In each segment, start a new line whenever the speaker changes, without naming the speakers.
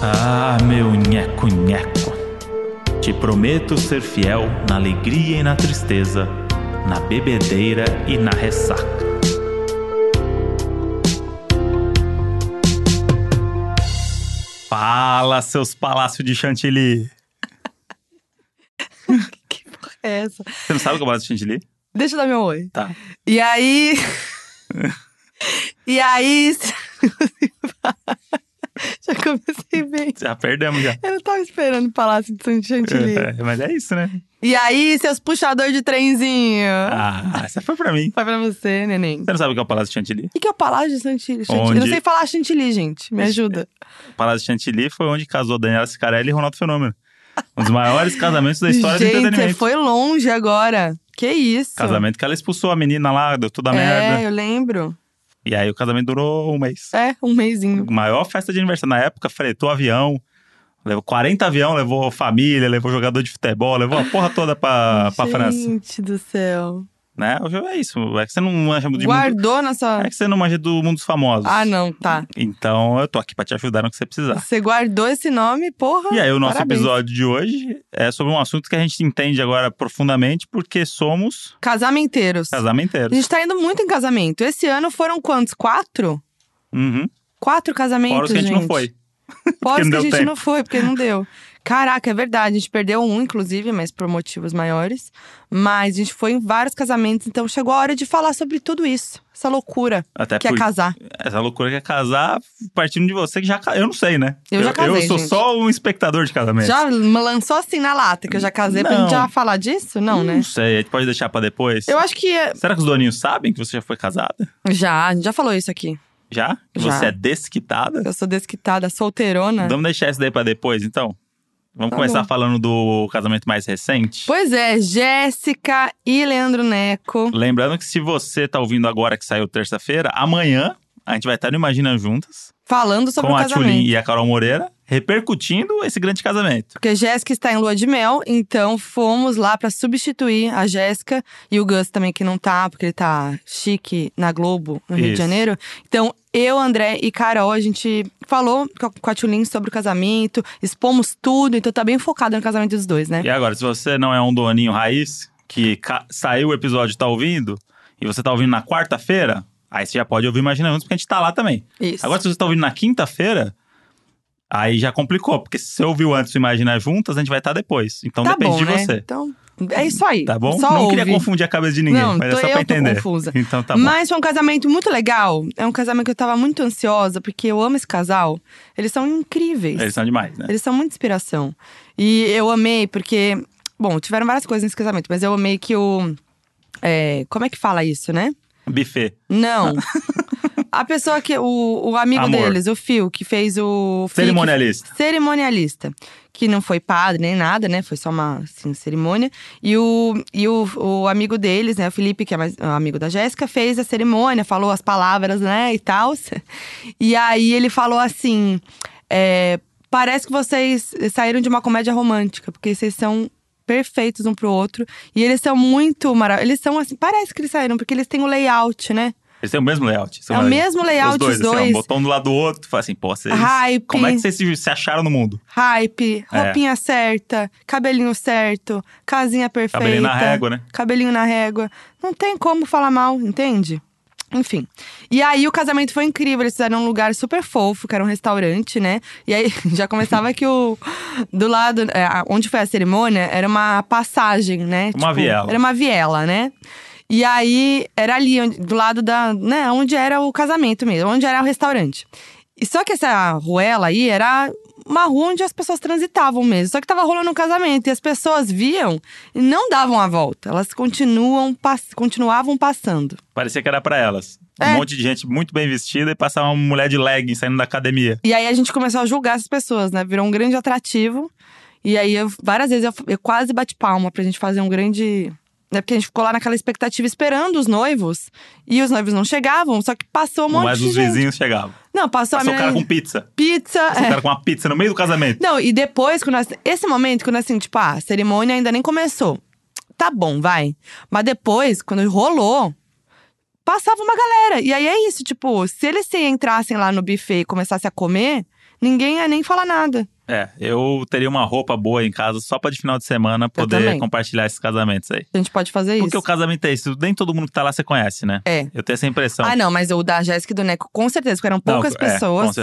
Ah, meu nheco nheco. Te prometo ser fiel na alegria e na tristeza, na bebedeira e na ressaca. Fala, seus palácios de chantilly.
Que porra é essa?
Você não sabe o que é o palácio de chantilly?
Deixa eu dar meu oi.
Tá.
E aí. e aí. Já comecei bem.
Já perdemos já.
Eu não tava esperando o Palácio de Santo Chantilly.
É, mas é isso, né?
E aí, seus puxadores de trenzinho?
Ah, essa foi pra mim.
Foi pra você, neném.
Você não sabe o que é o Palácio de Chantilly?
O que que é o Palácio de Chantilly? Chantilly?
Onde?
Eu não sei falar Chantilly, gente. Me ajuda.
O Palácio de Chantilly foi onde casou Daniela Scarelli e Ronaldo Fenômeno. Um dos maiores casamentos da história do
gente, é você
entretenimento.
foi longe agora. Que isso?
Casamento que ela expulsou a menina lá, deu toda a
É,
merda.
eu lembro.
E aí o casamento durou um mês.
É, um mesinho.
Maior festa de aniversário na época, fretou avião. Levou 40 avião, levou família, levou jogador de futebol, levou a porra toda pra, Ah, pra
gente
França.
do céu.
Né? O jogo É isso. É que você não manja de mundo.
Guardou na sua.
É que você não manja do mundo dos famosos.
Ah, não, tá.
Então eu tô aqui pra te ajudar no que você precisar.
Você guardou esse nome, porra.
Tá. E aí, o nosso
parabéns.
episódio de hoje é sobre um assunto que a gente entende agora profundamente, porque somos
Casamenteiros. A
casamenteiros.
gente tá indo muito em casamento. Esse ano foram quantos? Quatro?
Uhum.
Quatro casamentos,
Fora os que a gente não foi.
Fora os
não
que a
deu
gente
tempo.
não foi, porque não deu. Caraca, é verdade. A gente perdeu um, inclusive, mas por motivos maiores. Mas a gente foi em vários casamentos, então chegou a hora de falar sobre tudo isso. Essa loucura
Até
que é
por-
casar.
Essa loucura que é casar, partindo de você que já. ca- Eu não sei, né?
Eu já
Eu
casei,
sou
gente.
só um espectador de casamento.
Já me lançou assim na lata, que eu já casei, pra
Não.
gente já falar disso? Não, né?
Não sei, a gente pode deixar pra depois.
Eu acho que. é-
Será que os doninhos sabem que você já foi casada?
Já, a gente já falou isso aqui.
Já? Que
Já.
você é desquitada?
Eu sou desquitada, solteirona.
Vamos deixar isso daí pra depois, então? Vamos
Tá
começar
bom.
falando do casamento mais recente?
Pois é, Jéssica e Leandro Neco.
Lembrando que se você tá ouvindo agora que saiu terça-feira, amanhã a gente vai estar no Imagina Juntas
Falando sobre
com
o
a
casamento.
Tulin e a Carol Moreira, repercutindo esse grande casamento.
Porque Jéssica está em lua de mel, então fomos lá para substituir a Jéssica e o Gus também, que não tá, porque ele tá chique na Globo, no Rio de
Isso.
Janeiro. Então, eu, André e Carol, a gente falou com a- com a Tulin sobre o casamento, expomos tudo, então tá bem focado no casamento dos dois, né?
E agora, se você não é um doninho raiz, que ca- saiu o episódio e tá ouvindo, e você tá ouvindo na quarta-feira, aí você já pode ouvir Imagina Juntos, porque a gente tá lá também.
Isso.
Agora, se você tá ouvindo na quinta-feira, aí já complicou, porque se você ouviu antes o Imagina Juntas, a gente vai estar depois. Então
tá
depende de
bom, né?
você.
Então, é isso aí.
Tá bom?
Só
não
ouve.
queria confundir a cabeça de ninguém,
Não,
mas é
tô-
só
eu
pra
tô
entender.
confusa.
Então tá bom.
Mas foi um casamento muito legal. É um casamento que eu tava muito ansiosa, porque eu amo esse casal. Eles são incríveis.
Eles são demais, né?
Eles são muita inspiração. E eu amei, porque. Bom, tiveram várias coisas nesse casamento, mas eu amei que o. é, como é que fala isso, né?
Buffet.
Não. A pessoa que. O, o amigo
Amor.
deles, o Phil, que fez o. Phil, que-
Cerimonialista.
cerimonialista. Que não foi padre nem nada, né? Foi só uma assim, cerimônia. E, o, e o, o amigo deles, né? O Felipe, que é mais, é um amigo da Jéssica, fez a cerimônia, falou as palavras, né? E tal. E aí ele falou assim: é, parece que vocês saíram de uma comédia romântica, porque vocês são. Perfeitos um pro outro. E eles são muito maravilhosos. Eles são assim, parece que eles saíram, porque eles têm o layout, né?
Eles têm o mesmo layout. são
É o
ali.
mesmo layout,
Os dois.
os
Assim, ó,
dois.
um botão do lado do outro. Fala assim, pô, vocês...
Hype.
Como é que vocês se, se acharam no mundo?
Hype,
É.
roupinha certa, cabelinho certo, casinha perfeita.
Cabelinho na régua, né?
Cabelinho na régua. Não tem como falar mal, entende? Enfim. E aí o casamento foi incrível. Eles fizeram um lugar super fofo, que era um restaurante, né? E aí já começava que o. Do lado. é, a- onde foi a cerimônia, era uma passagem, né?
Uma viela.
Era uma viela, né? E aí era ali, onde- do lado da. né, onde era o casamento mesmo, onde era o restaurante. E só que essa ruela aí era uma rua onde as pessoas transitavam mesmo. Só que tava rolando um casamento e as pessoas viam e não davam a volta. Elas continuam, pass- continuavam passando.
Parecia que era pra elas. Um
É.
monte de gente muito bem vestida e passava uma mulher de legging saindo da academia.
E aí a gente começou a julgar essas pessoas, né? Virou um grande atrativo. E aí, eu- várias vezes, eu, eu quase bati palma pra gente fazer um grande. Né? Porque a gente ficou lá naquela expectativa esperando os noivos. E os noivos não chegavam, só que passou um monte
mas
de
os
gente.
vizinhos chegavam.
Não, passou,
Passou
a
o cara
menina
com pizza.
pizza.
Passou
é.
o cara com uma pizza no meio do casamento.
Não, e depois, quando nós- esse momento, quando assim, tipo, ah, a cerimônia ainda nem começou. Tá bom, vai. Mas depois, quando rolou, passava uma galera. E aí é isso, tipo, se eles se entrassem lá no buffet e começassem a comer, ninguém é nem falar nada.
É, eu teria uma roupa boa em casa só pra de final de semana poder
também.
compartilhar esses casamentos aí.
A gente pode fazer
Porque o
isso.
casamento é isso, nem todo mundo que tá lá você conhece, né?
É.
Eu tenho essa impressão.
Ah, não, mas o da Jéssica e do Neco, com certeza, porque eram poucas
Não, é,
pessoas.
com-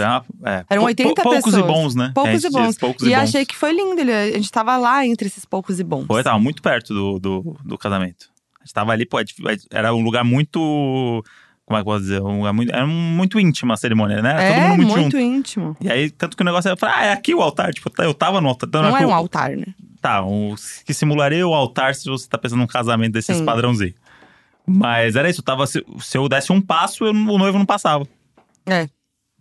é, é.
Eram 80
poucos
pessoas.
e bons, né?
Poucos
É,
e bons.
poucos
e
e bons. tá,
achei que foi lindo. ele- A gente tava lá entre esses poucos e bons.
Pô, eu tava muito perto do, do, do casamento. A gente tava ali, pô, é difí- é- era um lugar muito. Como é que eu posso dizer? Um lugar muito, era um- muito íntima a cerimônia, né? Era todo
é
mundo muito, junto.
muito íntimo.
E aí, tanto que o negócio era. Ah, é aqui o altar. Tipo, eu tava no altar. Então,
Não
era
era
que
um
o-
altar, né?
Tá, um, que simularia o altar se você tá pensando num casamento desses
Sim.
padrãozinho. Mas era isso, eu tava, se, se eu desse um passo, eu não- o noivo não passava.
É.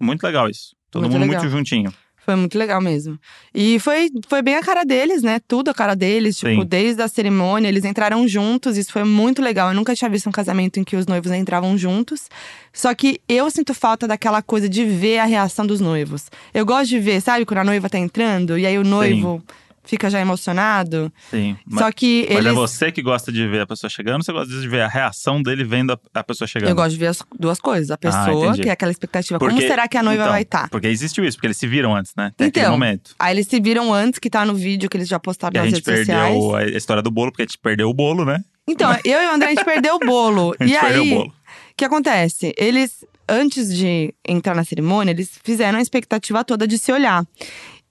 Muito legal isso. Todo
Muito
mundo
legal.
muito juntinho.
Foi muito legal mesmo. E foi, foi bem a cara deles, né? Tudo a cara deles, tipo,
Sim.
desde a cerimônia, eles entraram juntos, isso foi muito legal. Eu nunca tinha visto um casamento em que os noivos entravam juntos. Só que eu sinto falta daquela coisa de ver a reação dos noivos. Eu gosto de ver, sabe, quando a noiva tá entrando e aí o noivo fica já emocionado.
Sim. Mas,
Só que
mas
eles
é você que gosta de ver a pessoa chegando ou você gosta de ver a reação dele vendo a, a pessoa chegando?
Eu gosto de ver as duas coisas. A pessoa,
Ah, entendi.
que é aquela expectativa.
Porque-
como será que a noiva
então,
vai estar?
Porque existiu isso, porque eles se viram antes, né? Tem aquele
Então,
momento.
Aí eles se viram antes, que tá no vídeo que eles já postaram
E a
nas
gente
redes sociais.
perdeu a a história do bolo, porque a gente perdeu o bolo, né?
Então, eu e o André, a gente perdeu o bolo.
A gente
e
perdeu
aí,
o bolo.
que acontece? Eles, antes de entrar na cerimônia, eles fizeram a expectativa toda de se olhar.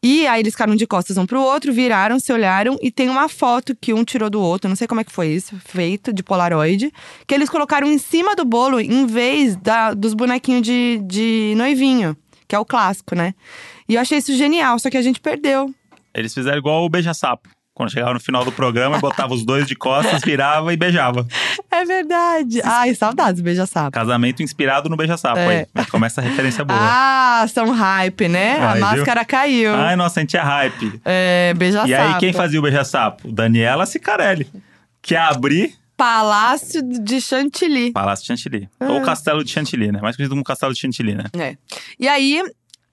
E aí eles ficaram de costas um pro outro, viraram, se olharam e tem uma foto que um tirou do outro, não sei como é que foi isso, feito de Polaroid, que eles colocaram em cima do bolo em vez da, dos bonequinhos de, de noivinho, que é o clássico, né? E eu achei isso genial, só que a gente perdeu.
Eles fizeram igual o beija-sapo. Quando chegava no final do programa, botava os dois de costas, virava e beijava.
É verdade. Ai, saudades, beija-sapo.
Casamento inspirado no beija-sapo
É.
aí. Aí Começa a referência boa.
Ah, são hype, né?
Ai,
a
viu?
máscara caiu.
Ai, nossa, a gente é hype.
É, beija-sapo.
e aí, quem fazia o beija-sapo? Daniela Cicarelli. Que é ia abrir
Palácio de Chantilly.
Palácio de Chantilly.
Ah.
Ou Castelo de Chantilly, né? Mais conhecido como Castelo de Chantilly, né?
É. E aí,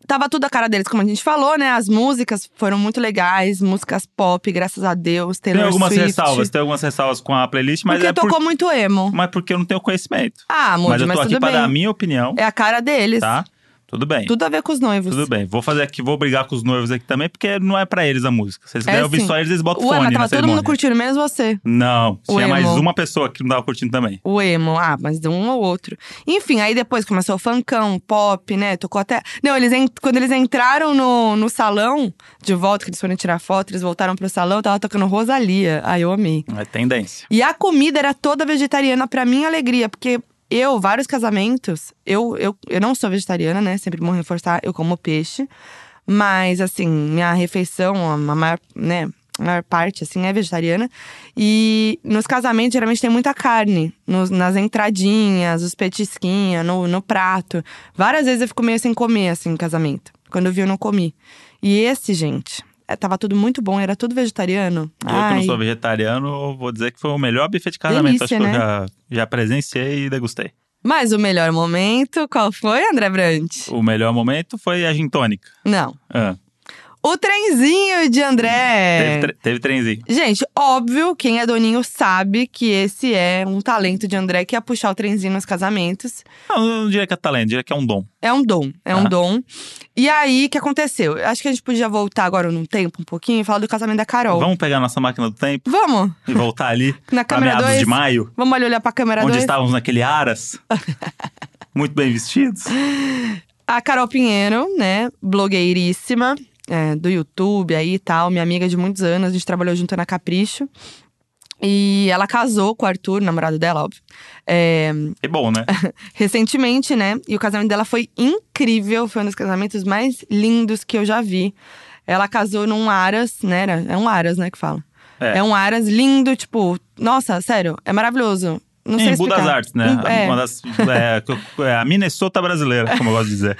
tava tudo a cara deles, como a gente falou, né? As músicas foram muito legais, músicas pop, graças a Deus. Taylor
tem algumas
Swift.
ressalvas, tem algumas ressalvas com a playlist, mas
porque
é por-
tocou muito emo.
mas porque eu não tenho conhecimento.
Ah, amor,
mas
mas,
eu tô aqui
tudo
pra
bem.
dar a minha opinião,
É a cara deles.
tá? Tudo bem.
Tudo a ver com os noivos.
Tudo bem. Vou fazer aqui, vou brigar com os noivos aqui também, porque não é pra eles a música. Se eles
É
quiserem ouvir
sim.
só eles, eles botam
Ué,
fone
mas
na
tava todo
cerimônia.
mundo curtindo, menos você.
Não,
O
tinha mais
emo.
uma pessoa que não tava curtindo também.
O emo, ah, mas de um ou outro. Enfim, aí depois começou o funkão, pop, né? Tocou até. Não, eles en- quando eles entraram no, no salão, de volta, que eles foram tirar foto, eles voltaram pro salão, tava tocando Rosalia. Ai, eu amei.
É tendência.
E a comida era toda vegetariana, pra minha alegria, porque eu, vários casamentos, eu, eu, eu não sou vegetariana, né? Sempre bom reforçar, eu como peixe. Mas, assim, minha refeição, a ma- maior, né? A maior parte, assim, é vegetariana. E nos casamentos, geralmente tem muita carne. nos- nas entradinhas, os petisquinhos, no, no prato. Várias vezes eu fico meio sem comer, assim, em casamento. Quando eu vi, eu não comi. E esse, gente, eh, tava tudo muito bom, era tudo vegetariano.
E Eu que não
Ai,
sou vegetariano, vou dizer que foi o melhor buffet de casamento.
Delícia,
Acho que
né?
eu já, já presenciei e degustei.
Mas o melhor momento, qual foi, André Brant?
O melhor momento foi a gin tônica.
Não.
Ah,
O trenzinho de
teve,
André.
tre- teve trenzinho.
Gente, óbvio, quem é doninho sabe que esse é um talento de André que é puxar o trenzinho nos casamentos.
Não, eu não diria que é talento, eu diria que é um dom.
É um dom, é um
Ah.
dom. E aí, o que aconteceu? Eu Acho que a gente podia voltar agora num tempo, um pouquinho, e falar do casamento da Carol.
Vamos pegar nossa máquina do tempo
Vamos?
e voltar ali pra
Na câmera
meados
2?
de maio,
Vamos ali olhar pra câmera
onde
2?
estávamos naquele Aras. Muito bem vestidos.
A Carol Pinheiro, né, blogueiríssima, é, do YouTube aí e tal, minha amiga de muitos anos, a gente trabalhou junto na Capricho. E ela casou com o Arthur, namorado dela, óbvio. É,
É bom, né?
recentemente, né? E o casamento dela foi incrível, foi um dos casamentos mais lindos que eu já vi. Ela casou num Aras, né? era- É um Aras, né, que fala.
É.
É, um Aras lindo, tipo, nossa, sério, é maravilhoso. Não sei
em Budas
explicar.
Artes, né?
Em- é.
Uma das, é, é a Minnesota brasileira, como eu gosto de dizer.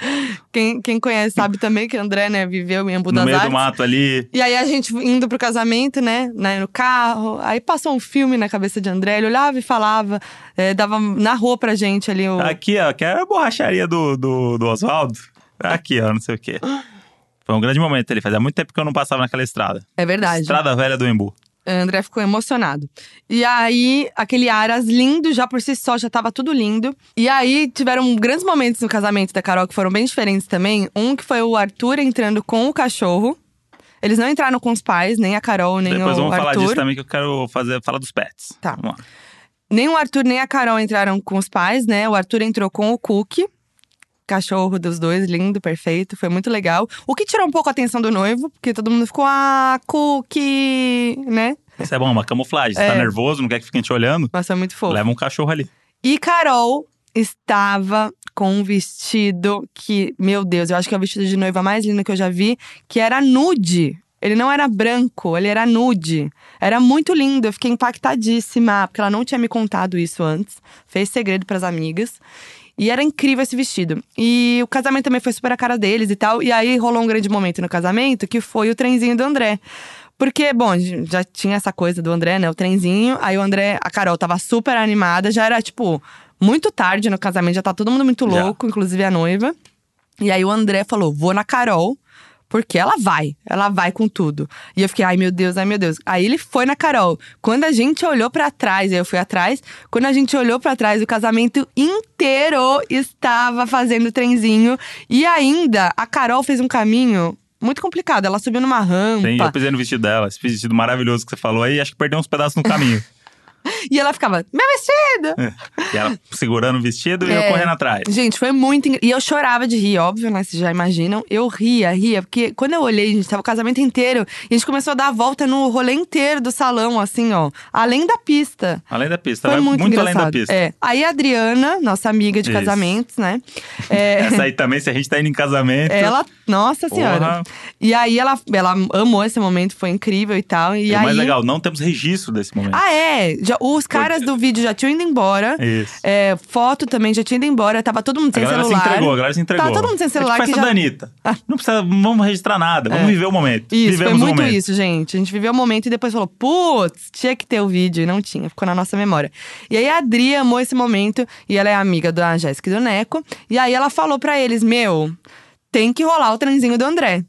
Quem, quem conhece sabe também que André, né, viveu em Embu
no
das
meio do
Artes.
mato ali.
E aí a gente indo pro casamento, né? né, No carro. Aí passou um filme na cabeça de André, ele olhava e falava, eh, dava na rua pra gente ali o.
Aqui, ó, Ah, que era a borracharia do, do, do Oswaldo. Aqui, ó, não sei o quê. Foi um grande momento ali. Fazia muito tempo que eu não passava naquela estrada.
É verdade. É,
Estrada velha do Embu.
André ficou emocionado. E aí, aquele Aras lindo já por si só, já tava tudo lindo. E aí, tiveram grandes momentos no casamento da Carol que foram bem diferentes também. Um que foi o Arthur entrando com o cachorro. Eles não entraram com os pais, nem a Carol, nem
Depois
o
vamos falar
Arthur.
disso também, que eu quero fazer, falar dos pets.
Tá.
Vamos lá.
nem o Arthur nem a Carol entraram com os pais, né? O Arthur entrou com o Cookie. Cachorro dos dois, lindo, perfeito, foi muito legal. O que tirou um pouco a atenção do noivo, porque todo mundo ficou, ah, Cookie, né?
Isso é bom, uma camuflagem. Você tá nervoso, não quer que fiquem te olhando?
Mas foi muito fofo.
Leva um cachorro ali.
E Carol estava com um vestido que, meu Deus, eu acho que é o vestido de noiva mais lindo que eu já vi, que era nude. Ele não era branco, ele era nude. Era muito lindo, eu fiquei impactadíssima, porque ela não tinha me contado isso antes. Fez segredo pras amigas. E era incrível esse vestido. E o casamento também foi super a cara deles e tal. E aí rolou um grande momento no casamento, que foi o trenzinho do André. Porque, bom, já tinha essa coisa do André, né? O trenzinho. Aí o André, a Carol tava super animada, já era tipo muito tarde no casamento, já tá todo mundo muito
Já.
louco, inclusive a noiva. E aí o André falou: vou na Carol. Porque ela vai, ela vai com tudo. E eu fiquei, ai meu Deus, ai meu Deus. Aí ele foi na Carol. Quando a gente olhou pra trás, aí eu fui atrás. Quando a gente olhou pra trás, o casamento inteiro estava fazendo trenzinho. E ainda, a Carol fez um caminho muito complicado. Ela subiu numa rampa.
Tem, eu pisei no vestido dela, esse vestido maravilhoso que você falou aí, acho que perdeu uns pedaços no caminho.
E ela ficava, meu vestido!
e ela segurando o vestido e
É.
eu correndo atrás.
Gente, foi muito. engra- E eu chorava de rir, óbvio, né? Vocês já imaginam. Eu ria, ria, porque quando eu olhei, gente, tava o casamento inteiro. E a gente começou a dar a volta no rolê inteiro do salão, assim, ó. Além da pista.
Além da pista,
Foi
vai
muito,
muito, além da
engraçado.
pista.
É. Aí a Adriana, nossa amiga de
Isso.
casamentos, né? É,
Essa aí também, se a gente tá indo em casamento.
ela, nossa
Porra.
senhora. E aí ela, ela amou esse momento, foi incrível e tal. E
E É o
aí.
mais legal, não temos registro desse momento.
Ah, é. Já- os caras do vídeo já tinham ido embora.
Isso.
É, foto também já tinha ido embora, tava todo mundo
A
sem
galera
celular.
se entregou, a galera se entregou.
Tá todo mundo sem celular
é tipo
que
essa
já- É.
da Anitta. Não precisa, não vamos registrar nada, vamos viver o momento.
Isso,
Vivemos
foi
o
muito
momento.
isso, gente. A gente viveu o momento e depois falou, putz, tinha que ter o vídeo. E não tinha, ficou na nossa memória. E aí a Adri amou esse momento, e ela é amiga da Jéssica e do Neco. E aí ela falou pra eles, meu, tem que rolar o trenzinho do André.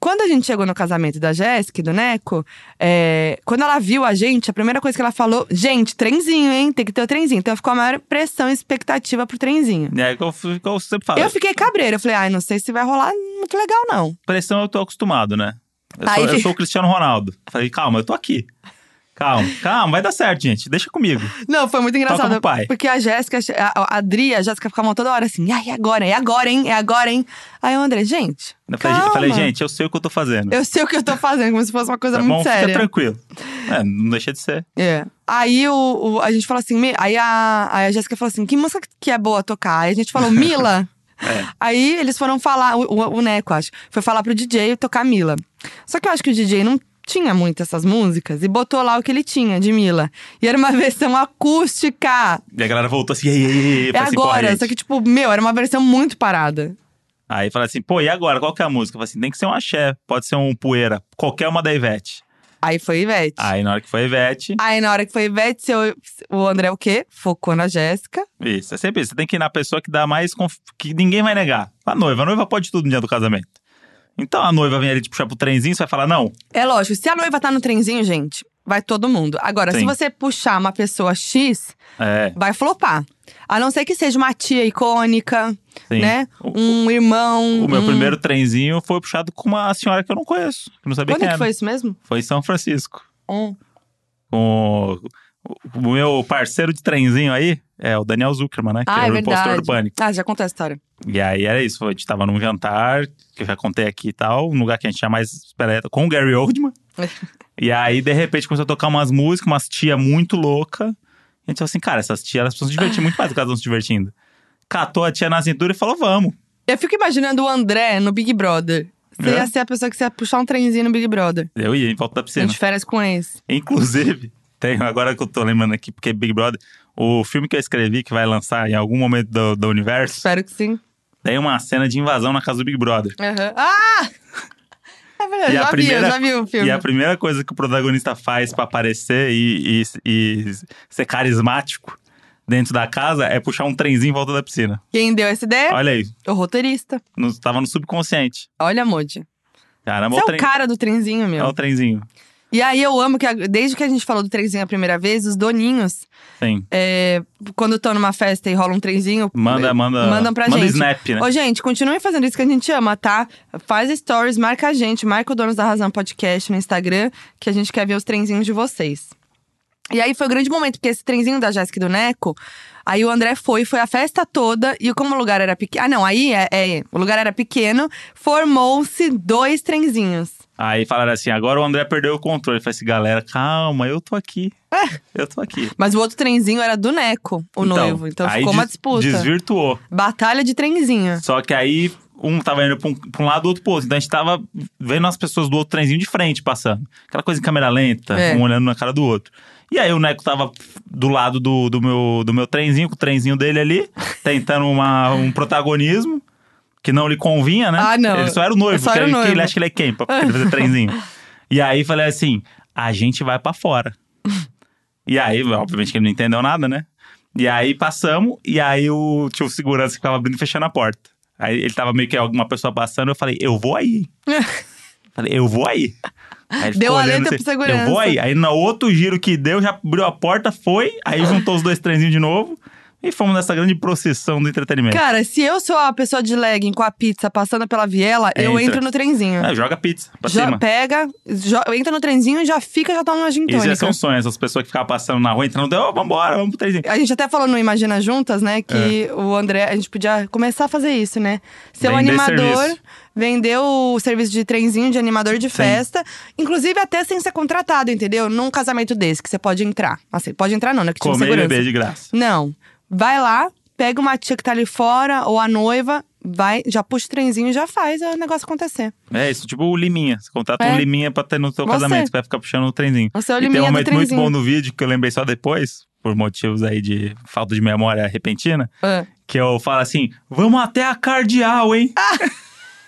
Quando a gente chegou no casamento da Jéssica e do Neco, é, quando ela viu a gente, a primeira coisa que ela falou, gente, trenzinho, hein? Tem que ter o trenzinho. Então ficou a maior pressão e expectativa pro trenzinho.
É, que eu, fui- que eu sempre falo.
Eu fiquei cabreira, eu falei, ai, não sei se vai rolar muito legal, não.
Pressão eu tô acostumado, né? Eu,
Aí
sou, eu
fica-
sou o Cristiano Ronaldo. Falei, calma, eu tô aqui. Calma, calma, vai dar certo, gente. Deixa comigo.
Não, foi muito engraçado.
pro pai.
Porque a Jéssica, a, a Adri, a Jéssica ficavam toda hora assim, ai, e agora? É agora, hein? É agora, hein? Aí o André, gente.
Eu falei,
calma.
eu falei, gente, eu sei o que eu tô fazendo.
Eu sei o que eu tô fazendo, como se fosse uma coisa
tá
muito
bom?
séria.
Fica tranquilo. É, não deixa de ser.
É. Aí o, o- a gente falou assim, "Me-" aí a, aí a Jéssica falou assim, que música que é boa tocar? Aí a gente falou, Mila.
É.
Aí eles foram falar, o, o, o Neco, acho, foi falar pro DJ tocar Mila. Só que eu acho que o DJ não tinha muito essas músicas e botou lá o que ele tinha de Mila. E era uma versão acústica.
E a galera voltou assim, ei, ei, ei, ei.
É
Falei assim, porra,
agora,
gente.
só que, tipo, meu, era uma versão muito parada.
Aí fala assim, pô, e agora? Qual que é a música? Eu falei assim, tem que ser um axé, pode ser um poeira, qualquer uma da Ivete.
Aí foi Ivete.
Aí na hora que foi a Ivete,
Aí na hora que foi Ivete, seu- o André o quê? Focou na Jéssica.
Isso, é sempre isso. Você tem que ir na pessoa que dá mais. conf- que ninguém vai negar. A noiva. A noiva pode tudo no dia do casamento. Então a noiva vem ali te puxar pro trenzinho, você vai falar, não.
É lógico, se a noiva tá no trenzinho, gente, vai todo mundo. Agora, se
Sim.
você puxar uma pessoa X,
É,
vai flopar. A não ser que seja uma tia icônica,
sim.
né?
O,
Um irmão.
o meu
um-
primeiro trenzinho foi puxado com uma senhora que eu não conheço, que eu não sabia
Quando
quem
é que
era.
foi isso mesmo?
Foi em São Francisco.
Um.
Com o, o meu parceiro de trenzinho aí, é o Daniel Zuckerman, né? Que
Ah, é
era o impostor
verdade.
do pânico.
Ah, já contou a história.
E aí era isso, a gente tava num jantar, que eu já contei aqui e tal, um lugar que a gente jamais esperaria, com o Gary Oldman. e aí, de repente, começou a tocar umas músicas, umas tia muito louca. A gente falou assim, cara, essas tias, elas precisam se divertir muito mais do que elas estão se divertindo. Catou a tia na cintura e falou, vamos.
Eu fico imaginando o André no Big Brother. Você
É?
ia ser a pessoa que você ia puxar um trenzinho no Big Brother.
Eu ia em volta da
Sim.
piscina.
De férias com esse.
Inclusive, tem, agora que eu tô lembrando aqui, porque Big Brother, o filme que eu escrevi, que vai lançar em algum momento do, do universo,
Espero que sim.
tem uma cena de invasão na casa do Big Brother.
Aham. Ah! É verdade,
E
já
a primeira-
vi, eu já vi o filme.
E a primeira coisa que o protagonista faz pra aparecer e, e- e ser carismático dentro da casa é puxar um trenzinho em volta da piscina.
Quem deu essa ideia?
Olha aí,
O roteirista.
no, tava no subconsciente.
Olha, Moody.
Caramba,
Você
o
é o
tren-
cara do trenzinho,
é
meu.
o trenzinho.
E aí eu amo que, a- desde que a gente falou do trenzinho a primeira vez, os doninhos,
Sim.
é, quando estão numa festa e rola um trenzinho.
Manda,
eh,
manda.
Mandam pra
manda
gente.
snap, né?
Ô, gente, continuem fazendo isso que a gente ama, tá? Faz stories, marca a gente, marca o Donos da Razão Podcast no Instagram, que a gente quer ver os trenzinhos de vocês. E aí foi o grande momento, porque esse trenzinho da Jéssica e do Neco, aí o André foi, foi a festa toda, e como o lugar era pequeno. Ah, não, aí é, é, o lugar era pequeno, formou-se dois trenzinhos.
Aí falaram assim: agora o André perdeu o controle. Eu falei assim, galera, calma, eu tô aqui. Eu tô aqui.
Mas o outro trenzinho era do Neco, É. o noivo. Então
aí
ficou uma
des-
disputa.
Desvirtuou.
Batalha de trenzinho.
Só que aí um tava indo pra um, pra um lado, o outro pro outro. Então a gente tava vendo as pessoas do outro trenzinho de frente passando. Aquela coisa em câmera lenta,
É.
um olhando na cara do outro. E aí o Neco tava do lado do, do, meu, do meu trenzinho, com o trenzinho dele ali, tentando uma, um protagonismo que não lhe convinha, né?
Ah, não.
Ele só era o noivo,
Só
que
era o
ele- que ele
noivo.
acha que ele é quem, pra pra ele fazer trenzinho. E aí falei assim: a gente vai pra fora. E aí, obviamente que ele não entendeu nada, né? E aí passamos, e aí o tinha o segurança que tava abrindo e fechando a porta. Aí ele tava meio que alguma pessoa passando, eu falei, eu vou aí. É. Falei, eu vou aí. Aí ele
Deu
ficou
a
olhando assim,
letra pro segurança.
Eu vou aí. Aí no outro giro que deu, já abriu a porta, foi, aí juntou os dois trenzinhos de novo e fomos nessa grande procissão do entretenimento.
Cara, se eu sou a pessoa de legging com a pizza passando pela viela, eu
Entra.
entro no trenzinho.
Ah, joga pizza pra
já
cima.
pega, jo- entra no trenzinho, já fica, já toma uma gin
Isso
tônica.
ia ser um sonho, essas pessoas que ficavam passando na rua então, entrando, ô, vambora, vamos pro trenzinho.
A gente até falou no Imagina Juntas, né? Que o André, a gente podia começar a fazer isso, né? Ser um
É. Vender
animador,
serviço.
vender o serviço de trenzinho, de animador de festa. Inclusive até sem ser contratado, entendeu? Num casamento desse, que você pode entrar. Assim, pode entrar não, né? Que tinha
Comer e
segurança.
beber de graça.
Não. Vai lá, pega uma tia que tá ali fora, ou a noiva, vai, já puxa o trenzinho e já faz o negócio acontecer.
É isso, tipo o Liminha. Você contrata
É.
um Liminha pra ter no seu
Você.
casamento. Você vai ficar puxando o trenzinho.
Você é o
e tem
Liminha
um
do
momento muito
trenzinho.
bom no vídeo que eu lembrei só depois, por motivos aí de falta de memória repentina,
Ah.
que eu falo assim: vamos até a cardeal, hein?
Ah!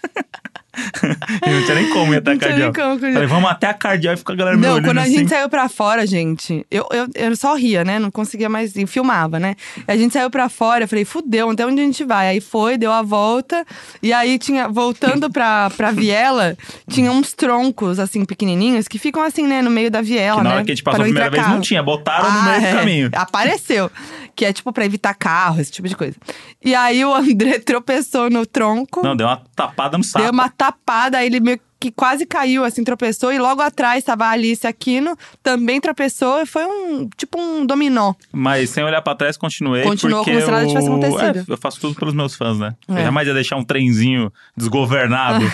e não tinha nem como ir até a
Não tinha nem
cardeal.
como, cardeal.
Falei, vamos até a cardeal e fica a galera me
Não,
olhando
quando a
assim.
gente saiu pra fora, gente, eu, eu, eu só ria, né? Não conseguia mais ir, filmava, né? A gente saiu pra fora, eu falei, fudeu, até onde a gente vai? Aí foi, deu a volta, e aí tinha, voltando pra, pra viela, tinha uns troncos, assim, pequenininhos, que ficam assim, né, no meio da viela,
Que na
né?
hora que a gente
pra
passou a
não entrar
primeira vez,
carro.
não tinha. Botaram no
Ah,
meio
é.
do caminho.
Apareceu. Que é tipo pra evitar carro, esse tipo de coisa. E aí o André tropeçou no tronco.
Não, deu uma tapada no saco.
Deu uma tapada, aí ele meio que quase caiu, assim, tropeçou. E logo atrás tava a Alice Aquino, também tropeçou. E foi um, tipo um dominó.
Mas sem olhar pra trás, continuei.
Continuou
porque
como se nada tivesse
eu-
acontecido.
é, eu faço tudo pelos meus fãs, né?
É.
Eu jamais ia deixar um trenzinho desgovernado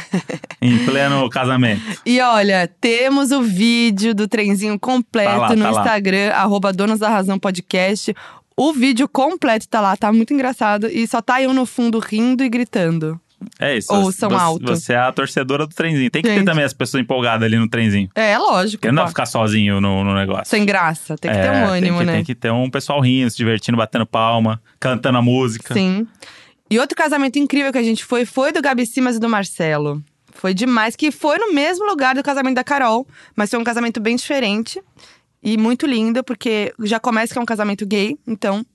em pleno casamento.
E olha, temos o vídeo do trenzinho completo
Tá lá,
no
tá lá.
Instagram, arroba Donos da Razão Podcast. O vídeo completo tá lá, tá muito engraçado. E só tá eu no fundo rindo e gritando.
É isso.
Ou
você-
são
você,
alto.
Você é a torcedora do trenzinho. Tem que ter
Gente.
também as pessoas empolgadas ali no trenzinho.
É, lógico.
Porque não dá
pô.
pra ficar sozinho no, no negócio.
Sem graça, tem que ter
É,
um ânimo,
tem que,
né?
Tem que ter um pessoal rindo, se divertindo, batendo palma, cantando a música.
Sim. E outro casamento incrível que a gente foi foi do Gabi Simas e do Marcelo. Foi demais, que foi no mesmo lugar do casamento da Carol, mas foi um casamento bem diferente e muito lindo, porque já começa que é um casamento gay, então,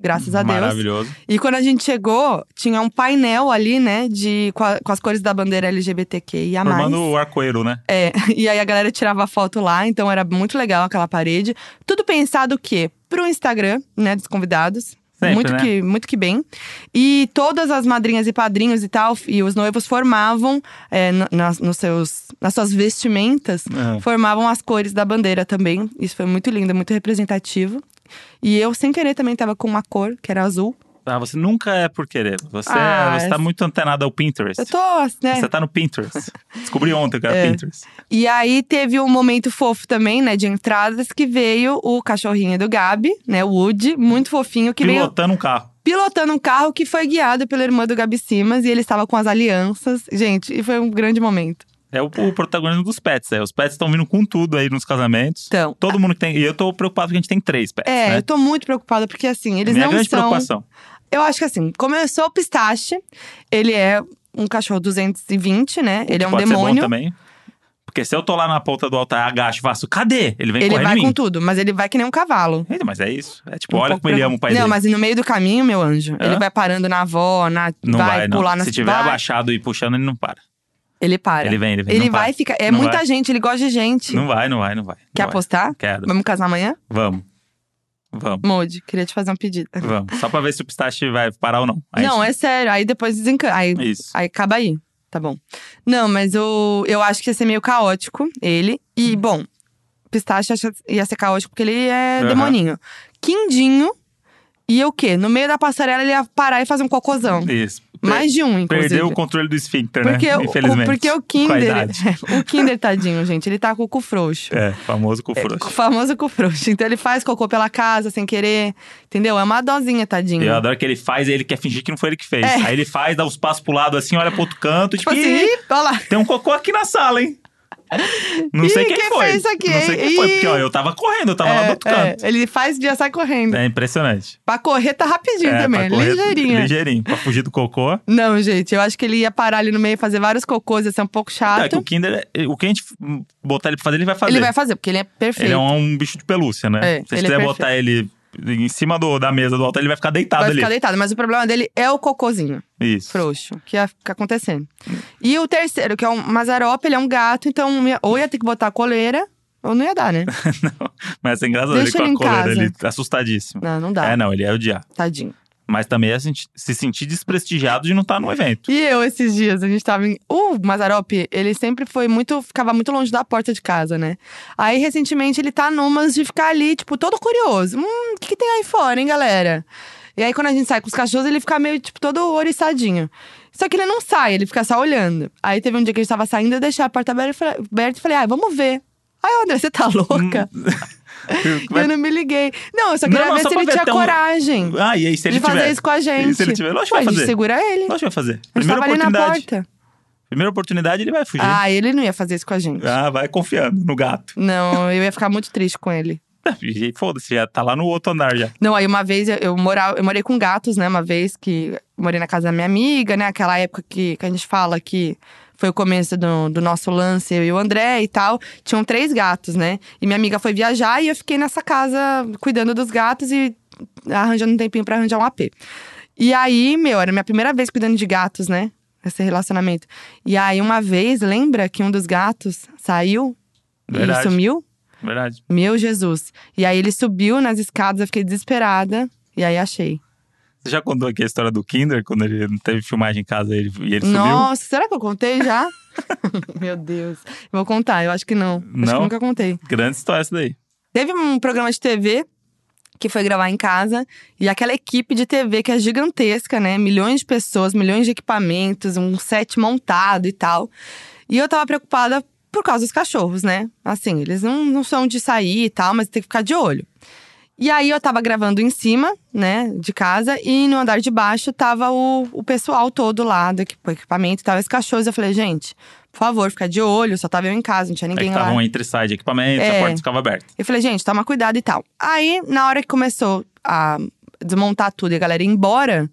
graças a Deus.
Maravilhoso.
E quando a gente chegou, tinha um painel ali, né, de, com, a- com as cores da bandeira LGBTQIA.
Formando o arcoeiro, né?
É, e aí a galera tirava foto lá, então era muito legal aquela parede. Tudo pensado o quê? Pro Instagram, né, dos convidados.
Sempre,
muito
né?
que muito que bem. E todas as madrinhas e padrinhos e tal, e os noivos formavam é, na- nas, nos seus, nas suas vestimentas,
É.
formavam as cores da bandeira também. Isso foi muito lindo, muito representativo. E eu, sem querer, também tava com uma cor, que era azul.
Ah, você nunca é por querer. Você,
Ah,
você tá
essa-
muito antenado ao Pinterest.
Eu tô, né?
Você tá no Pinterest. Descobri ontem que era
É.
Pinterest.
E aí teve um momento fofo também, né, de entradas, que veio o cachorrinho do Gabi, né, o Woody, muito fofinho, que veio
pilotando um carro.
pilotando um carro que foi guiado pela irmã do Gabi Simas e ele estava com as alianças. Gente, e foi um grande momento.
É o, o protagonismo dos pets, é. Os pets estão vindo com tudo aí nos casamentos.
Então,
Todo mundo que tem. E eu tô preocupado que a gente tem três pets.
é,
né?
eu tô muito preocupada porque assim, eles
Minha
não
grande
são
preocupação.
Eu acho que assim, começou o pistache, ele é um cachorro 220, né? Ele é um
Pode ser bom
demônio.
também. Porque se eu tô lá na ponta do altar, agacho, faço, cadê? Ele vem
Ele
correndo
vai
em
com
mim.
tudo, mas ele vai que nem um cavalo.
Ele, Mas é isso. É tipo,
Um
olha
pouco
como ele
pra-
ama o pai
Não,
dele.
mas no meio do caminho, meu anjo,
Hã?
ele vai parando na avó, na
Não vai,
pular
não.
na
Se tiver
vai.
abaixado e puxando, ele não para.
Ele para.
Ele vem, ele vem.
Ele
não
vai
para.
ficar. É
Não
muita
vai.
gente, ele gosta de gente.
Não vai, não vai, não vai. não
Quer
vai.
apostar?
Quero.
Vamos casar amanhã?
Vamos. Vamos,
Mode, queria te fazer um pedido.
vamos. Só pra ver se o pistache vai parar ou não. Aí
Não, é sério. Aí depois desencana. Aí,
é. Isso.
aí acaba aí. Tá bom. Não, mas eu, eu acho que ia ser meio caótico, ele. E,
Hum.
bom, Pistache acha- ia ser caótico porque ele é
Aham.
demoninho. Quindinho ia o quê? No meio da passarela ele ia parar e fazer um cocôzão.
Isso. Per-
Mais de um, inclusive.
Perdeu o controle do esfíncter,
porque, é
né?
o-
Infelizmente.
o, porque o
Com a
Kinder.
idade.
o Kinder, tadinho, gente, ele tá com o cu frouxo.
É, famoso com
O
frouxo.
famoso cu frouxo. Então ele faz cocô pela casa sem querer, entendeu? É uma dosinha, tadinho.
Eu adoro que ele faz e ele quer fingir que não foi ele que fez.
É.
Aí ele faz, dá uns passos pro lado assim, olha pro outro canto.
Tipo
Tipo,
assim,
"Ih,
"Ih, olha lá.
tem um cocô aqui na sala, hein? Não
Ih,
sei quem,
quem
foi.
fez isso aqui,
não sei quem
hein?
foi, porque ó, eu tava correndo, eu tava lá do
É,
outro
é,
canto.
ele faz e já sai correndo.
É, impressionante.
Pra correr tá rapidinho
é,
também,
pra correr-
ligeirinha.
Ligeirinho, pra fugir do cocô. É,
Não, gente, eu acho que ele ia parar ali no meio, fazer vários cocôs, ia ser um pouco
Tá, que
chato.
o Kinder, é- o que a gente botar ele pra fazer, ele vai fazer.
ele vai fazer, porque ele é perfeito.
Ele é um bicho de pelúcia, né?
É,
Se você
ele é
quiser
perfeito.
botar ele em cima do, da mesa do altar, ele vai ficar deitado
Vai
ali.
ficar deitado, mas o problema dele é o cocôzinho
Isso.
frouxo, que ia ficar acontecendo. E o terceiro, que é um mazarope, ele é um gato, então ia- ou ia ter que botar a coleira, ou não ia dar, né?
Não, mas é engraçado ele
Deixa
com a
ele em
coleira
casa. Tá.
ali, tá assustadíssimo.
Não, não dá,
É, não, ele é odiar.
tadinho.
Mas também é senti- se sentir desprestigiado de não estar no evento.
E eu, esses dias, a gente tava em. O Mazarope, ele sempre foi muito. Ficava muito longe da porta de casa, né? Aí, recentemente, ele tá numas de ficar ali, tipo, todo curioso. Hum, o que, que tem aí fora, hein, galera? E aí, quando a gente sai com os cachorros, ele fica meio, tipo, todo oriçadinho. Só que ele não sai, ele fica só olhando. Aí teve um dia que a gente tava saindo, eu deixei a porta aberta e falei, aberta e falei ah, vamos ver. Aí, André, você tá
Hum,
louca? E
é
eu não me liguei. Não, eu só
Não,
queria
não,
ver
só
se
pra
ele
ver
tinha
até um-
coragem
Ah, e aí se ele
de
tiver?
fazer isso com a gente.
E se ele tiver? Lógico
Ué,
que vai
a gente
fazer.
segura ele.
Lógico que vai fazer.
A gente
Primeira
tava ali na
oportunidade.
porta.
Primeira oportunidade, ele vai fugir. Ah,
Ah, ele não ia fazer isso com a gente.
vai confiando no gato.
Não, eu ia ficar muito triste com ele.
E Foda-se, já tá lá no outro andar já.
Não, aí uma vez eu, eu morava, eu morei com gatos, né? Uma vez que morei na casa da minha amiga, né? Aquela época que, que a gente fala que foi o começo do, do nosso lance, eu e o André e tal. Tinham três gatos, né? E minha amiga foi viajar e eu fiquei nessa casa cuidando dos gatos e arranjando um tempinho pra arranjar um AP. E aí, meu, era a minha primeira vez cuidando de gatos, né? Esse relacionamento. E aí, uma vez, lembra que um dos gatos saiu e
Verdade.
sumiu?
Verdade.
Meu Jesus. E aí ele subiu nas escadas, eu fiquei desesperada. E aí achei.
Você já contou aqui a história do Kinder, quando ele não teve filmagem em casa ele, e ele subiu?
Nossa, será que eu contei já? Meu Deus. Vou contar, eu acho que não. Acho
Não?
que nunca contei.
Grande história essa daí. É
Teve um programa de TV que foi gravar em casa. E aquela equipe de TV que é gigantesca, né? Milhões de pessoas, milhões de equipamentos, um set montado e tal. E eu tava preocupada por causa dos cachorros, né? Assim, eles não, não são de sair e tal, mas tem que ficar de olho. E aí eu tava gravando em cima, né, de casa, e no andar de baixo tava o, o pessoal todo lá do equip- equipamento e tal, esse cachorro. Eu falei, gente, por favor, fica de olho, só tava eu em casa, não tinha
É que
ninguém lá.
estavam entre side de equipamentos, a
É.
porta ficava aberta.
Eu falei, gente, toma cuidado e tal. Aí, na hora que começou a desmontar tudo e a galera ir embora,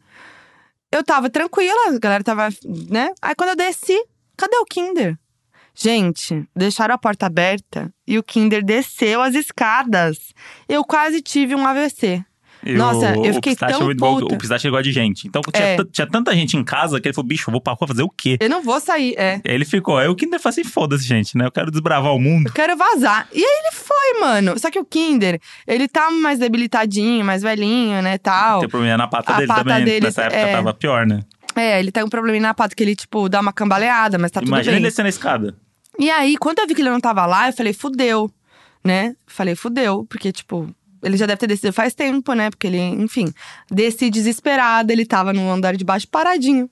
eu tava tranquila, a galera tava, né? Aí quando eu desci, cadê o Kinder? Gente, deixaram a porta aberta e o Kinder desceu as escadas. Eu quase tive um AVC.
E
Nossa, eu
o
fiquei
pistache
tão
é muito bom,
puta.
O pistache ele gosta de gente. Então tinha,
É.
tan- tinha tanta gente em casa que ele falou, bicho, eu vou pra rua fazer o quê?
Eu não vou sair, é.
Aí ele ficou, aí o Kinder falou assim, foda-se, gente, né? Eu quero desbravar o mundo.
Eu quero vazar. E aí ele foi, mano. Só que o Kinder, ele tá mais debilitadinho, mais velhinho, né, tal.
Tem problema Tipo, na pata
A
dele
pata
também.
dele,
Nessa época
é.
tava pior, né?
É, ele tem um probleminha na pata que ele, tipo, dá uma cambaleada, mas tá tudo
Imagina
bem.
ele descendo a escada.
E aí, quando eu vi que ele não tava lá, eu falei, fudeu, né? Falei, fudeu, porque, tipo, ele já deve ter descido faz tempo, né? Porque ele, enfim, desci desesperado, ele tava no andar de baixo paradinho,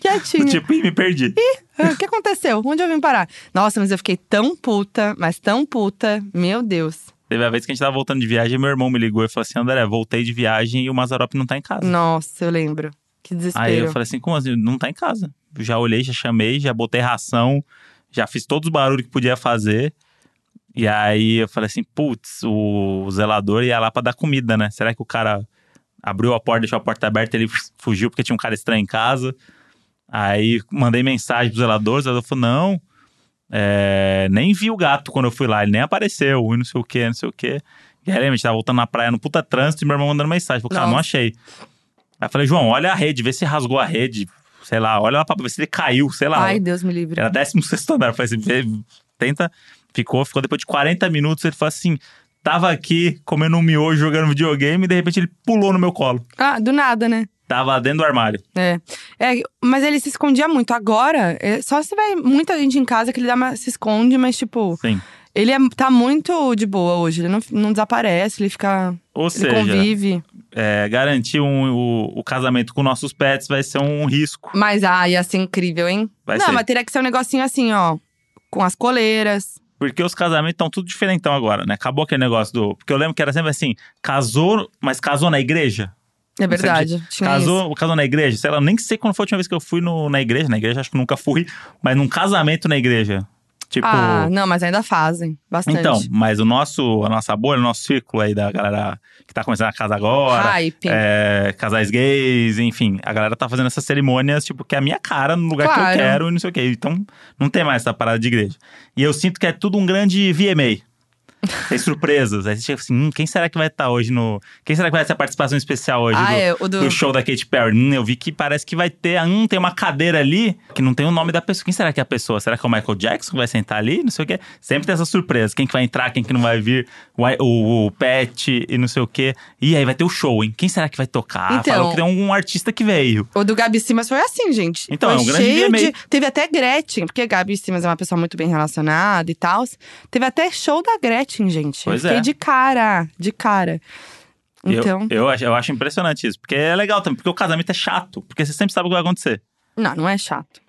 quietinho.
Tipo, ih, me perdi.
Ah, O que aconteceu? Onde eu vim parar? Nossa, mas eu fiquei tão puta, mas tão puta, meu Deus.
Teve a vez que a gente tava voltando de viagem, meu irmão me ligou e falou assim, André, voltei de viagem e o Mazarop não tá em casa.
Nossa, eu lembro. Que desespero.
Aí eu falei assim, como assim? Não tá em casa. Já olhei, já chamei, já botei ração, já fiz todos os barulhos que podia fazer. E aí eu falei assim, putz, o zelador ia lá pra dar comida, né? Será que o cara abriu a porta, deixou a porta aberta, ele fugiu porque tinha um cara estranho em casa? Aí mandei mensagem pro zelador, o zelador falou, não, é, nem vi o gato quando eu fui lá, ele nem apareceu, e não sei o que, não sei o que. E aí, lembra, a gente tava voltando na praia no puta trânsito e meu irmão mandando mensagem, falou, cara, não
Nossa.
achei. Aí eu falei, João, olha a rede, vê se rasgou a rede. sei lá, olha lá pra ver se ele caiu, sei lá.
Ai, Deus me livre.
Era 16 andar. Eu falei assim, vê, tenta. Ficou, ficou depois de 40 minutos. Ele falou assim: tava aqui comendo um miojo, jogando videogame, e de repente ele pulou no meu colo.
Ah, do nada, né?
Tava dentro do armário.
É. é. Mas ele se escondia muito. Agora, é, só se vai muita gente em casa que ele dá uma, se esconde, mas tipo.
Sim.
Ele é, tá muito de boa hoje. Ele não, não desaparece, ele fica.
Ou
ele
seja,
convive.
É, garantir um- o, o casamento com nossos pets vai ser um risco.
Mas, ah, ia ser incrível, hein?
Vai
não,
ser.
mas teria que ser um negocinho assim, ó. Com as coleiras.
Porque os casamentos estão tudo diferentão agora, né? Acabou aquele negócio do. Porque eu lembro que era sempre assim: casou, mas casou na igreja?
É verdade. Tinha isso.
Casou, casou na igreja? Sei lá, nem sei quando foi a última vez que eu fui no, na igreja. Na igreja, acho que nunca fui, mas num casamento na igreja. Tipo.
Ah, não, mas ainda fazem. Bastante.
Então, mas o nosso, a nossa bolha, o nosso círculo aí da galera que tá começando a casa agora,
Hype.
é, casais gays, enfim, a galera tá fazendo essas cerimônias, tipo, que é a minha cara no lugar que
Claro.
eu quero e não sei o quê. Então, não tem mais essa parada de igreja. E eu sinto que é tudo um grande VMA. Tem surpresas. Aí você chega assim, hum, quem será que vai estar hoje no. Quem será que vai ter essa participação especial hoje?
ah,
do...
é, o do.
do show da Katy Perry. Hum, eu vi que parece que vai ter. Hum, tem uma cadeira ali que não tem o nome da pessoa. Quem será que é a pessoa? Será que é o Michael Jackson que vai sentar ali? Não sei o quê. Sempre tem essa surpresa. Quem que vai entrar, quem que não vai vir, o, o, o Pet e não sei o quê. E aí vai ter o show, hein? Quem será que vai tocar?
Então-
Falou que tem um, artista que veio.
O do Gabi Simas foi assim, gente.
Então,
foi
é um grande
cheio
VMA.
de... Teve até Gretchen, porque Gabi Simas é uma pessoa muito bem relacionada e tal. Teve até show da Gretchen, gente.
Pois
eu fiquei
é.
de cara, de cara.
Eu-
Então,
Eu, acho, eu acho impressionante isso. Porque é legal também. Porque o casamento é chato. Porque você sempre sabe o que vai acontecer.
não, não é chato.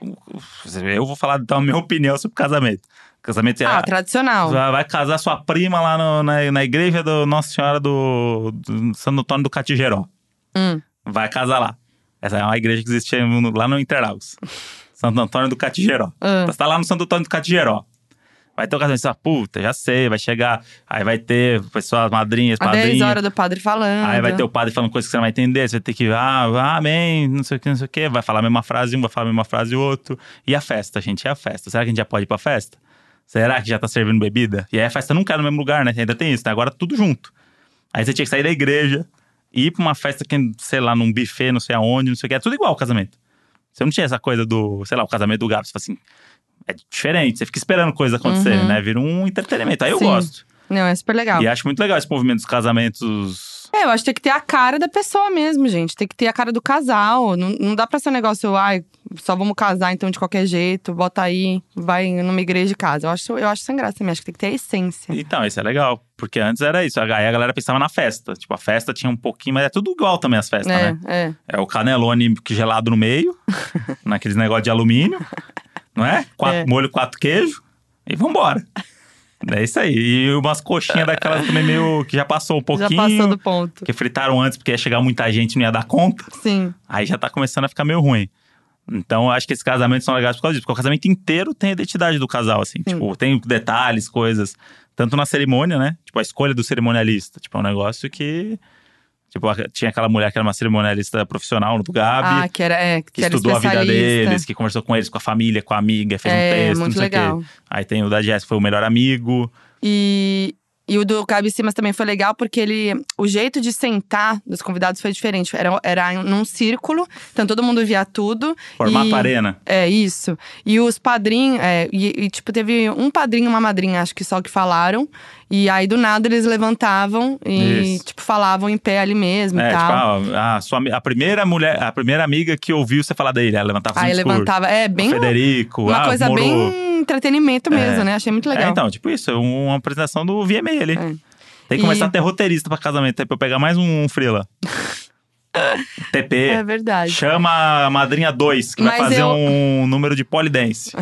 Eu vou falar, então, a minha opinião sobre o casamento. Casamento é.
Ah, tradicional.
Vai, vai casar sua prima lá no- na, na igreja do Nossa Senhora do, do Santo Antônio do Catigeró.
Hum.
Vai casar lá. Essa é uma igreja que existia no- lá no Interlagos. Santo Antônio do Catigeró.
Ah.
Você tá lá no Santo Antônio do Catigeró. Vai ter o casamento, você fala, puta, já sei, vai chegar. Aí vai ter pessoas, madrinhas,
Às 10
padrinhos.
horas do padre falando.
Aí vai ter o padre falando coisas que você não vai entender, você vai ter que, ah, ah, amém, não sei o que, não sei o que. Vai falar a mesma frase um, vai falar a mesma frase o outro. E a festa, gente? E a festa? Será que a gente já pode ir pra festa? Será que já tá servindo bebida? E aí a festa nunca é no mesmo lugar, né? Ainda tem isso, né? Agora tudo junto. Aí você tinha que sair da igreja, ir pra uma festa, que, sei lá, num buffet, não sei aonde, não sei o que. É tudo igual o casamento. Você não tinha essa coisa do, sei lá, o casamento do Gabs. Você fala assim, é diferente, você fica esperando coisas acontecerem, né? Vira um entretenimento. Aí eu
Uhum. Sim.
gosto.
Não, é super legal.
E acho muito legal esse movimento dos casamentos
É, eu acho que tem que ter a cara da pessoa mesmo, gente. Tem que ter a cara do casal. Não, não dá pra ser um negócio, ai, só vamos casar então de qualquer jeito, bota aí, vai numa igreja de casa. Eu acho, eu acho sem graça também. Acho que tem que ter a essência.
Então, isso é legal. Porque antes era isso. Aí a galera pensava na festa. Tipo, a festa tinha um pouquinho, mas é tudo igual também as festas,
é,
né?
é.
É o canelone que gelado no meio, naqueles negócio de alumínio, não é? Quatro,
É.
Molho, quatro queijo e vambora. É isso aí. E umas coxinhas daquelas também meio que já passou um pouquinho.
Já passou do ponto.
Que fritaram antes porque ia chegar muita gente e não ia dar conta.
Sim.
Aí já tá começando a ficar meio ruim. Então, eu acho que esses casamentos são legais por causa disso. Porque o casamento inteiro tem a identidade do casal, assim. Tipo, tem detalhes, coisas. Tanto na cerimônia, né? Tipo, a escolha do cerimonialista. Tipo, é um negócio que... Tipo, a- tinha aquela mulher que era uma cerimonialista profissional do Gabi.
ah, que era, é, que,
que
era
estudou a vida
especialista.
deles, que conversou com eles, com a família, com a amiga, fez
é,
um texto,
muito
não sei o
legal.
quê. Aí tem o da Jess, que foi o melhor amigo.
E, e o do Gabi Simas também foi legal, porque ele. O jeito de sentar dos convidados foi diferente. Era, era num círculo, então todo mundo via tudo.
Formato
e-
Arena.
É, isso. E os padrinhos. é, e, e, tipo, teve um padrinho e uma madrinha, acho que só que falaram. E aí, do nada, eles levantavam e,
Isso.
tipo, falavam em pé ali mesmo
É,
e
tipo,
tal.
ah, a, sua, ami- a primeira mulher, a primeira amiga que ouviu você falar dele, ela levantava
aí
um discurso.
levantava. É,
O
bem.
Federico,
uma
ah,
coisa
morou.
bem entretenimento mesmo, né? Achei muito legal.
É, então, tipo isso, é um- uma apresentação do VMA ali.
É.
Tem
E-
que começar a ter roteirista pra casamento, aí pra eu pegar mais um frila.
é
TP.
verdade.
Chama a madrinha 2, que vai
Mas
fazer
eu-
um número de polidense.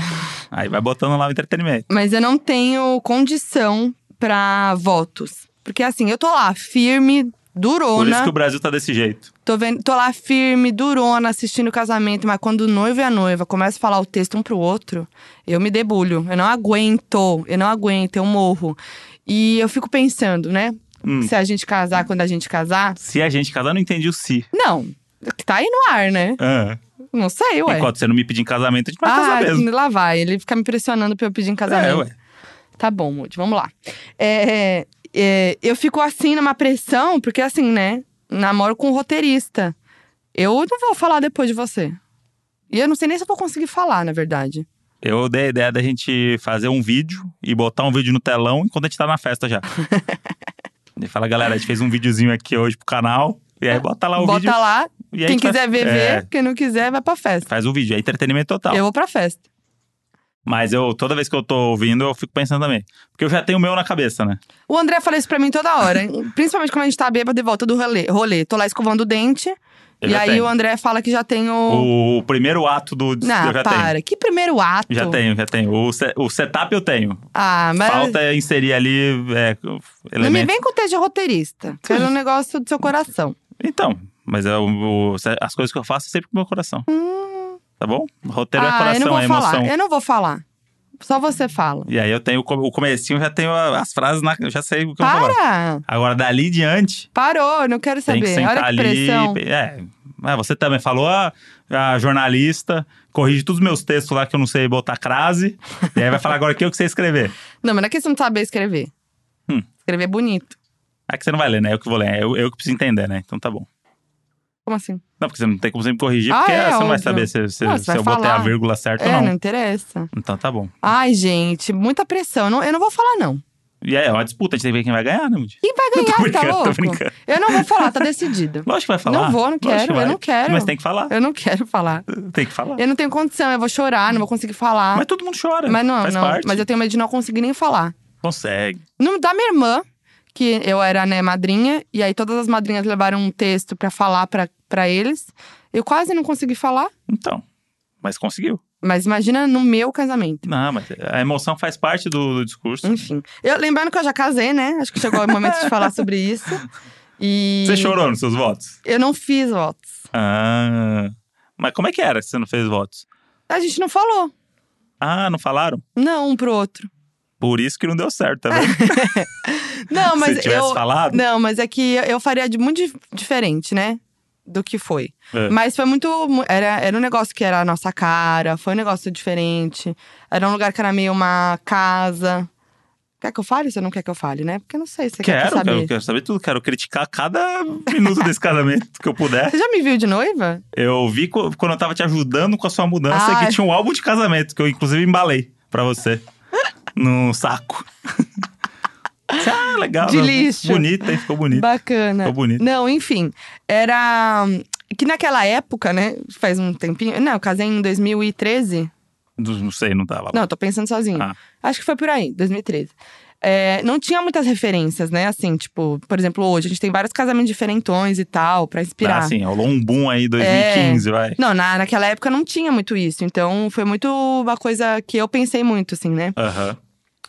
aí vai botando lá o entretenimento.
Mas eu não tenho condição pra votos. Porque assim, eu tô lá firme,
Por isso
durona.
que o Brasil tá desse jeito.
Tô, vendo, tô lá firme, durona, assistindo o casamento. Mas quando o noivo e a noiva começam a falar o texto um pro outro, eu me debulho. Eu não aguento, eu não aguento, eu morro. E eu fico pensando, né?
Hum.
Se a gente casar, quando a gente casar.
Se a gente casar, eu não entendi o se.
Não, tá aí no ar, né?
Ah,
Não sei, ué.
enquanto você não me pedir em casamento, a gente vai
ah,
casar mesmo.
lá vai. Ele fica me pressionando pra eu pedir em
É,
casamento.
ué.
Tá bom, Moody, vamos lá. É, é, eu fico assim numa pressão, porque assim, né? Namoro com um roteirista. Eu não vou falar depois de você. E eu não sei nem se eu vou conseguir falar, na verdade.
Eu dei a ideia da gente fazer um vídeo e botar um vídeo no telão enquanto a gente tá na festa já. Ele fala, galera, a gente fez um videozinho aqui hoje pro canal. E aí bota lá o
Bota
vídeo.
lá,
e aí a
quem
gente faz-
quiser ver,
É.
vê. Quem não quiser, vai pra festa.
Faz o vídeo, é entretenimento total.
Eu vou pra festa.
Mas eu, toda vez que eu tô ouvindo, eu fico pensando também. Porque eu já tenho o meu na cabeça, né?
O André fala isso pra mim toda hora. hein? Principalmente quando a gente tá bêbado de volta do rolê. rolê. Tô lá escovando o dente.
Eu
e
já
aí
tenho.
o André fala que já tem o.
O primeiro ato do. eu
Não,
já
Hum. Ah, para.
tenho.
Que primeiro ato.
Já tenho, já tenho. O, se- o setup eu tenho.
Ah, mas.
Falta inserir ali é,
não me
elementos.
vem com o de roteirista. Quero um negócio do seu coração.
Então, mas eu- o- as coisas que eu faço é sempre com o meu coração. Tá bom? Roteiro é
ah, eu
coração,
não vou
é
falar.
emoção.
Eu não vou falar. Só você fala.
E aí eu tenho o come- o comecinho, eu já tenho a- as frases na. Eu já sei o que eu vou falar.
Para!
Agora, dali em diante,
Parou, não quero
tá tem
saber.
que sentar
Olha que
ali.
pressão.
pe- É. Mas você também falou, ah, a jornalista, corrige todos os meus textos lá que eu não sei botar crase. e aí vai falar agora é o que eu que sei escrever.
Não, mas não é questão de saber escrever.
Hum.
Escrever bonito.
É que você não vai ler, né? Eu que vou ler. Eu, eu que preciso entender, né? Então tá bom.
Como assim?
Não, porque você não tem como sempre corrigir,
Ah,
porque
é,
você não vai
óbvio.
saber se, se,
Não, você
se
vai
eu botei a
falar.
vírgula certa
é,
ou
não.
não.
interessa.
Então tá bom.
Ai, gente, muita pressão. Eu não, eu não vou falar, não.
E aí, é uma disputa, a gente tem que ver quem vai ganhar, né, Mundi?
Quem vai
Tô
ganhar, tá
brincando, tô
louco?
brincando.
Eu não vou falar, tá decidido.
Lógico que vai falar.
Não vou, não
Lógico
quero,
que
eu
vai.
não quero.
Mas tem que falar.
Eu não quero falar.
Tem que falar.
Eu não tenho condição, eu vou chorar, não vou conseguir falar.
Mas todo mundo chora.
Mas não,
faz
não.
parte.
Mas eu tenho medo de não conseguir nem falar.
Consegue.
No da minha irmã, que eu era, né, madrinha, e aí todas as madrinhas levaram um texto pra falar pra, pra eles. Eu quase não consegui falar,
Então. Mas conseguiu.
mas imagina no meu casamento.
Não, mas a emoção faz parte do, do discurso.
Enfim. Eu, lembrando que eu já casei, né? Acho que chegou o momento de falar sobre isso. E.
Você chorou nos seus votos?
Eu não fiz votos.
Ah. Mas como é que era que você não fez votos?
A gente não falou.
Ah, não falaram?
Não, um pro outro.
Por isso que não deu certo, tá vendo?
Não, mas
Se tivesse
eu.
falado.
Não, mas é que eu- eu faria de muito dif- diferente, né? Do que foi.
É.
Mas foi muito. mu- Era, era um negócio que era a nossa cara, foi um negócio diferente. Era um lugar que era meio uma casa. Quer que eu fale? Você não quer que eu fale, né? Porque eu não sei se você quer
Quero,
saber.
quero, quero saber tudo. Quero criticar cada minuto desse casamento que eu puder.
Você já me viu de noiva?
Eu vi co- quando eu tava te ajudando com a sua mudança
Ah,
que tinha um álbum de casamento, que eu inclusive embalei pra você. num saco. ah, legal.
De
né?
lixo.
Bonita, hein? Ficou bonito.
Bacana.
Ficou bonito.
Não, enfim. Era. hum, Que naquela época, né? Faz um tempinho. Não, eu casei em 2013.
Não não sei, não tava lá.
Não, eu tô pensando sozinho.
Ah.
Acho que foi por aí, 2013. É, não tinha muitas referências, né? Assim, tipo, por exemplo, hoje a gente tem vários casamentos diferentões e tal, pra inspirar.
Ah, sim, rolou um boom
É.
aí 2015, vai.
Não, na, naquela época não tinha muito isso. Então foi muito uma coisa que eu pensei muito, assim, né?
Aham.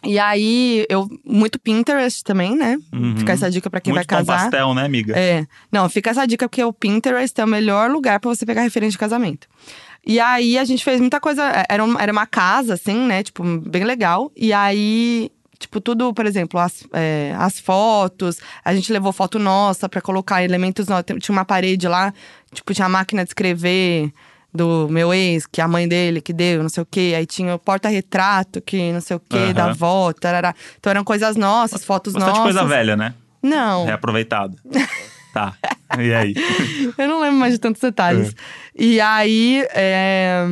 E aí, eu. Muito Pinterest também, né?
Uhum.
Fica essa dica pra quem
Muito
vai
pão
casar.
pastel, né, amiga?
É. Não, fica essa dica, porque o Pinterest é o melhor lugar pra você pegar referência de casamento. E aí a gente fez muita coisa. Era, um- era uma casa, assim, né? Tipo, bem legal. E aí. Tipo, tudo, por exemplo, as, é, as fotos. A gente levou foto nossa pra colocar elementos. no- Tinha uma parede lá, tipo, tinha a máquina de escrever do meu ex, que a mãe dele que deu, não sei o quê. Aí tinha o porta-retrato, que não sei o quê,
Aham.
da avó, tarará. Então eram coisas nossas, fotos
Bastante
nossas.
coisa velha, né?
Não.
Reaproveitada. tá. E aí?
Eu não lembro mais de tantos
É.
detalhes. E aí. É...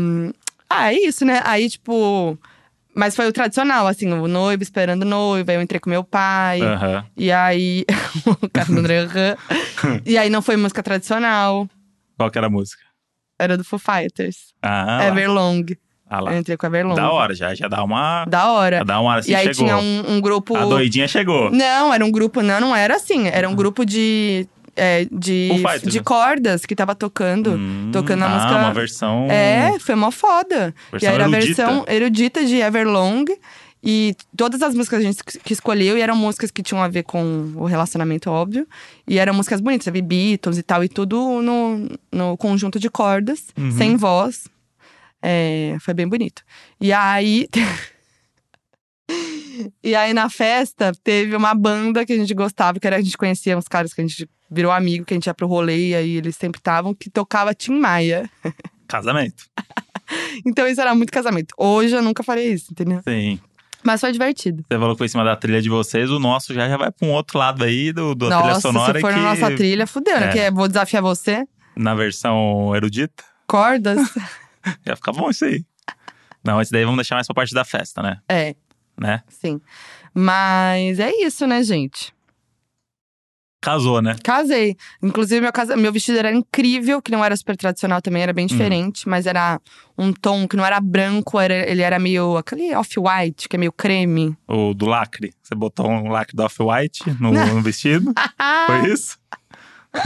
Ah, é isso, né? Aí, tipo. Mas foi o tradicional, assim, o noivo esperando o noivo, aí eu entrei com meu pai.
Aham.
E aí. o cara do André Ran. E aí não foi música tradicional,
Qual que era a música?
era do Foo Fighters.
Ah, lá.
Everlong.
Ah, lá.
Eu entrei com Everlong.
Da hora, já, já dá uma.
é Da hora.
Já dá uma hora assim,
e
chegou.
aí tinha um, um grupo.
A doidinha chegou.
Não, era um grupo, não, não era assim. Era um grupo de. é, de,
Foo Fighters,
de
né?
cordas que tava tocando.
Hum,
tocando a
ah,
música-
uma versão.
É, foi mó foda.
Versão
e era
erudita.
a versão erudita de Everlong. E todas as músicas que a gente que escolheu e eram músicas que tinham a ver com o relacionamento, óbvio. E eram músicas bonitas, havia Beatles e tal, e tudo no, no conjunto de cordas,
Uhum.
sem voz. É, foi bem bonito. E aí. e aí, na festa, teve uma banda que a gente gostava, que era, a gente conhecia uns caras que a gente virou amigo, que a gente ia pro rolê, e aí eles sempre estavam, que tocava Tim Maia.
Casamento.
Então isso era muito casamento. Hoje eu nunca faria isso, entendeu?
Sim.
Mas foi divertido.
Você falou que foi em cima da trilha de vocês, o nosso já, já vai pra um outro lado aí do, da trilha
nossa,
sonora.
se for
que,
na nossa trilha, fudeu, né?
É.
Que é, vou desafiar você.
na versão erudita.
Cordas.
Ia ficar bom isso aí. Não, esse daí vamos deixar mais pra parte da festa, né?
É,
né?
sim. Mas é isso, né, gente?
Casou, né?
Casei. Inclusive, meu, casa... meu vestido era incrível, que não era super tradicional também,
Hum.
era bem diferente, mas era um tom que não era branco, era... ele era meio aquele off-white, que é meio creme.
O do lacre. Você botou um lacre do Off-White no, no vestido. Foi isso?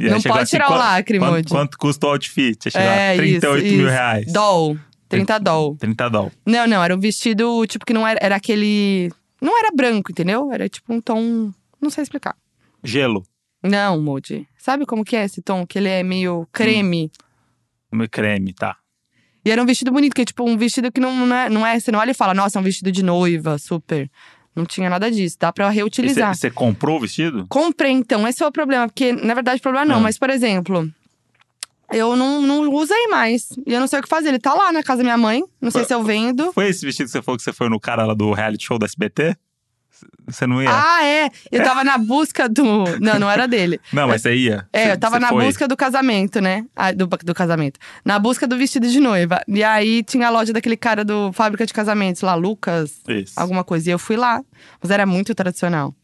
E aí
Ah. não
chegou
pode tirar o
"Qua-
lacre,
Quanto,
Moody."
quanto custa o outfit? Aí chegou lá,
É, isso,
38 mil
isso.
reais.
Doll. 30 doll.
30 dólar.
Não, não, era um vestido, tipo, que não era, era aquele. Não era branco, entendeu? Era tipo um tom. Não sei explicar.
Gelo.
Não, Moody. Sabe como que é esse tom? Que ele é meio creme.
Meu creme, tá.
E era um vestido bonito, que é tipo um vestido que não, não, é, não é. Você não olha e fala, nossa, é um vestido de noiva, super. Não tinha nada disso. Dá pra
E Você
reutilizar.
você comprou o vestido?
Comprei, então. Esse é o problema. Porque, na verdade, o problema não.
Ah.
Mas, por exemplo, eu não, não usei mais. E eu não sei o que fazer. Ele tá lá na casa da minha mãe. Não sei
Foi-
se eu vendo.
Foi esse vestido que você falou que você foi no cara lá do reality show da SBT? C- Você não ia?
Ah, é. Eu tava na busca do. Não, não era dele.
não, mas você ia.
É,
Você-
eu tava
você
na
foi.
busca do casamento, né? Ah, do, do casamento. Na busca do vestido de noiva. E aí tinha a loja daquele cara do Fábrica de Casamentos lá, Lucas,
Isso.
alguma coisa. E eu fui lá. Mas era muito tradicional.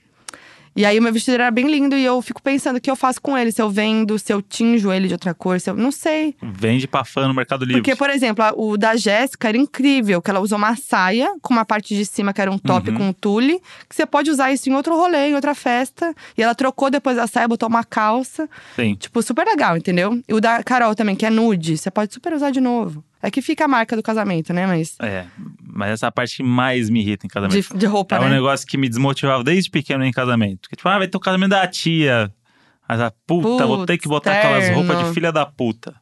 E aí o meu vestido era bem lindo e eu fico pensando o que eu faço com ele. Se eu vendo, se eu tinjo ele de outra cor, se eu. Não sei.
Vende pra fã no Mercado Livre.
Porque, por exemplo, a- o da Jéssica era incrível, que ela usou uma saia com uma parte de cima que era um top
Uhum.
com um tule, que você pode usar isso em outro rolê, em outra festa. E ela trocou depois a saia, botou uma calça.
Sim.
Tipo, super legal, entendeu? E o da Carol também, que é nude, você pode super usar de novo. É que fica a marca do casamento, né? Mas
É, mas essa é a parte que mais me irrita em casamento.
de, de roupa,
É um
né?
negócio que me desmotivava desde pequeno em casamento. Que tipo, ah, vai ter o casamento da tia. Mas a puta, vou
Putz,
ter que botar aquelas
terno.
roupas de filha da puta.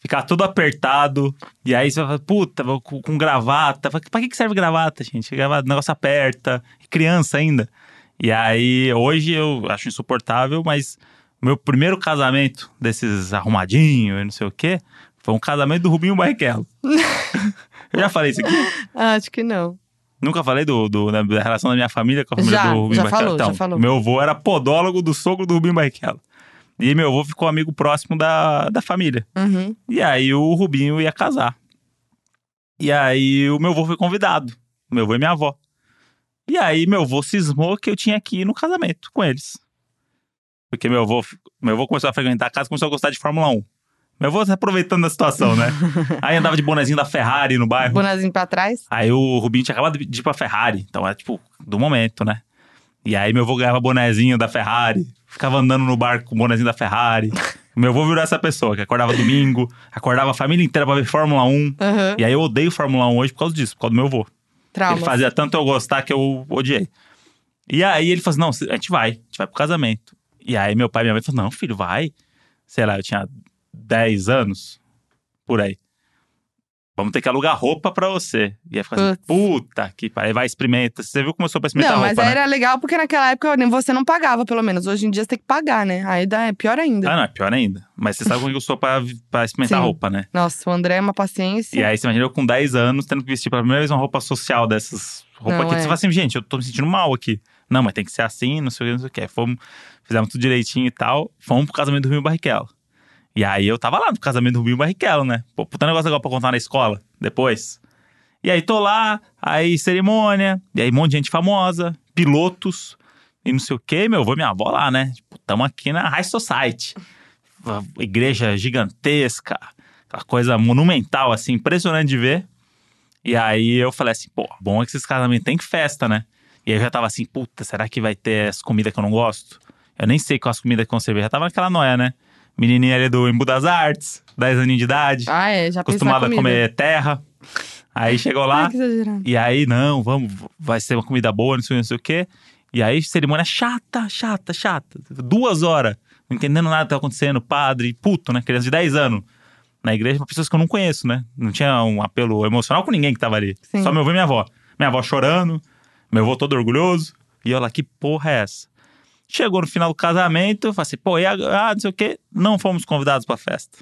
Ficar todo apertado. E aí você vai falar, puta, vou com, com gravata. Fala, Pra que que serve gravata, gente? Gravata, o negócio aperta. Criança ainda. E aí, hoje eu acho insuportável, mas meu primeiro casamento desses arrumadinho e não sei o quê, foi um casamento do Rubinho Barrichello. eu já falei isso aqui.
Ah, Acho que não.
Nunca falei do, do- da, da relação da minha família com a família
Já,
do Rubinho
já
Barrichello.
falou, já
então,
falou.
Meu avô era podólogo do sogro do Rubinho Barrichello. E meu avô ficou amigo próximo da, da família.
Uhum.
E aí o Rubinho ia casar. E aí o meu avô foi convidado. Meu avô e minha avó. E aí meu avô cismou que eu tinha que ir no casamento com eles. Porque meu avô, meu avô começou a frequentar a casa, começou a gostar de Fórmula 1. Meu avô se aproveitando da situação, né? aí andava de bonezinho da Ferrari no bairro.
Bonazinho pra trás.
Aí o Rubinho tinha acabado de ir pra Ferrari, então era tipo, do momento, né? E aí meu avô ganhava bonezinho da Ferrari, ficava andando no barco com o bonezinho da Ferrari. meu avô virou essa pessoa que acordava domingo, acordava a família inteira pra ver Fórmula 1.
Uhum.
E aí eu odeio Fórmula 1 hoje por causa disso, por causa do meu avô.
Trauma.
Ele fazia tanto eu gostar que eu odiei. E aí ele falou assim: não, a gente vai, a gente vai pro casamento. E aí meu pai e minha mãe falaram: não, filho, vai. Sei lá, eu tinha 10 anos, por aí. Vamos ter que alugar roupa pra você. E aí fica assim,
Putz.
puta que pariu. Aí vai, experimenta. Você viu como eu sou pra experimentar
Não, mas
roupa,
aí
né?
era legal porque naquela época nem- você não pagava, pelo menos. Hoje em dia você tem que pagar, né? Aí dá, é pior ainda.
Ah, não, é pior ainda. Mas você sabe como é eu sou pra, pra experimentar
Sim.
roupa, né?
Nossa, o André é uma paciência.
E aí você imagina eu com 10 anos tendo que vestir pela primeira vez uma roupa social dessas roupas
Não,
aqui.
é.
Você fala assim, gente, eu tô me sentindo mal aqui. Não, mas tem que ser assim, não sei o que, não sei o que. Fomos, fizemos tudo direitinho e tal. Fomos pro casamento do Rubinho Barrichello. E aí eu tava lá no casamento do Rubinho Barrichello, né? Pô, puta negócio legal pra contar na escola, depois. E aí tô lá, aí cerimônia, e aí um monte de gente famosa, pilotos, e não sei o que, meu, vou minha avó lá, né? Tipo, tamo aqui na High Society. Uma igreja gigantesca, aquela coisa monumental, assim, impressionante de ver. E aí eu falei assim, pô, bom é que esses casamentos tem festa, né? E aí eu já tava assim, puta, será que vai ter as comidas que eu não gosto? Eu nem sei quais comidas que eu conservei, já tava naquela noia, né? Menininha ali do Embu das Artes, 10 aninhos de idade,
Ah, é, já pensa na
acostumada a
comida.
comer terra. Aí chegou lá,
Ai, que exagerado.
e aí, não, vamos, vai ser uma comida boa, não sei, o que, não sei o quê. E aí, cerimônia chata, chata, chata. Duas horas, não entendendo nada que tá acontecendo, padre, puto, né? Criança de 10 anos. Na igreja, pra pessoas que eu não conheço, né? Não tinha um apelo emocional com ninguém que tava ali.
Sim.
Só meu avô e minha avó. Minha avó chorando, meu avô todo orgulhoso. E eu lá, que porra é essa? Chegou no final do casamento, eu falei assim, pô, e agora? Ah, não sei o quê. Não fomos convidados pra festa.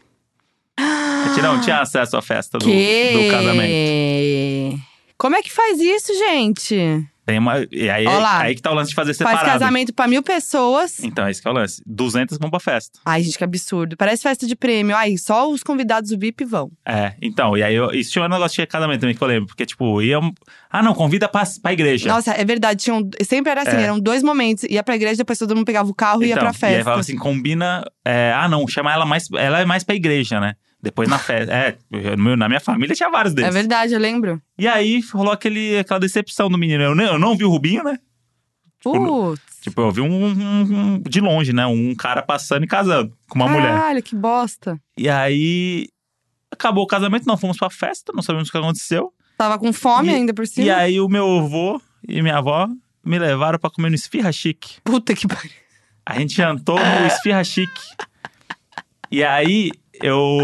A gente não tinha acesso à festa do, do casamento.
Como é que faz isso, gente?
Tem uma. E aí,
Ó lá.
aí que tá o lance de fazer
Faz
separado.
casamento pra mil pessoas.
Então, esse que é o lance. 200 vão pra festa.
Ai, gente, que absurdo. Parece festa de prêmio. Ai, só os convidados do VIP vão.
É, então, e aí eu, isso tinha um negócio de casamento também que eu lembro, porque, tipo, ia. Ah, não, convida pra, pra igreja.
Nossa, é verdade. Tinham, sempre era assim,
É.
eram dois momentos. Ia pra igreja, depois todo mundo pegava o carro e ia
Então,
pra
E aí
festa.
falava assim, combina. é, ah, não, chama ela mais. Ela é mais pra igreja, né? Depois na festa. é, eu- no meu- na minha família tinha vários
é
desses.
verdade, eu lembro.
e aí rolou aquele, aquela decepção do menino. Eu, nem- eu não vi o Rubinho, né?
Putz,
Tipo, eu vi um, um- um- de longe, né? Um cara passando e casando com
Ah,
uma mulher.
caralho, que bosta.
E aí acabou o casamento, não fomos pra festa, não sabemos o que aconteceu.
Tava com fome
E-
ainda por cima.
E aí o meu avô e minha avó me levaram pra comer no Esfirra Chique.
Puta que pariu.
A gente jantou no Esfirra Chique. E aí, eu.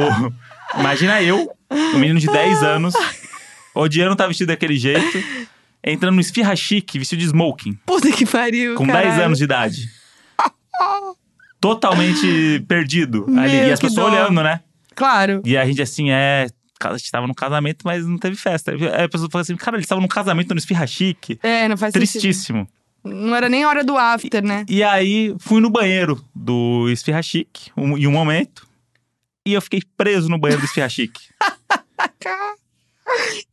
Imagina eu, um menino de 10
Ah.
anos, odiando estar vestido daquele jeito, entrando no Esfirra Chique, vestido de smoking,
Puta que pariu.
com
caralho.
10 anos de idade. Totalmente perdido ali.
Meu,
E as
que
pessoas
dó.
olhando, né?
Claro.
E a gente assim, é. A gente tava no casamento, mas não teve festa. Aí a pessoa fala assim: cara, eles estavam no casamento no Esfirra Chique.
É, não faz sentido.
Tristíssimo.
Não era nem hora do after, né?
E aí, fui no banheiro do Esfirra Chique, um- em um momento. E eu fiquei preso no banheiro do Esfirra Chique.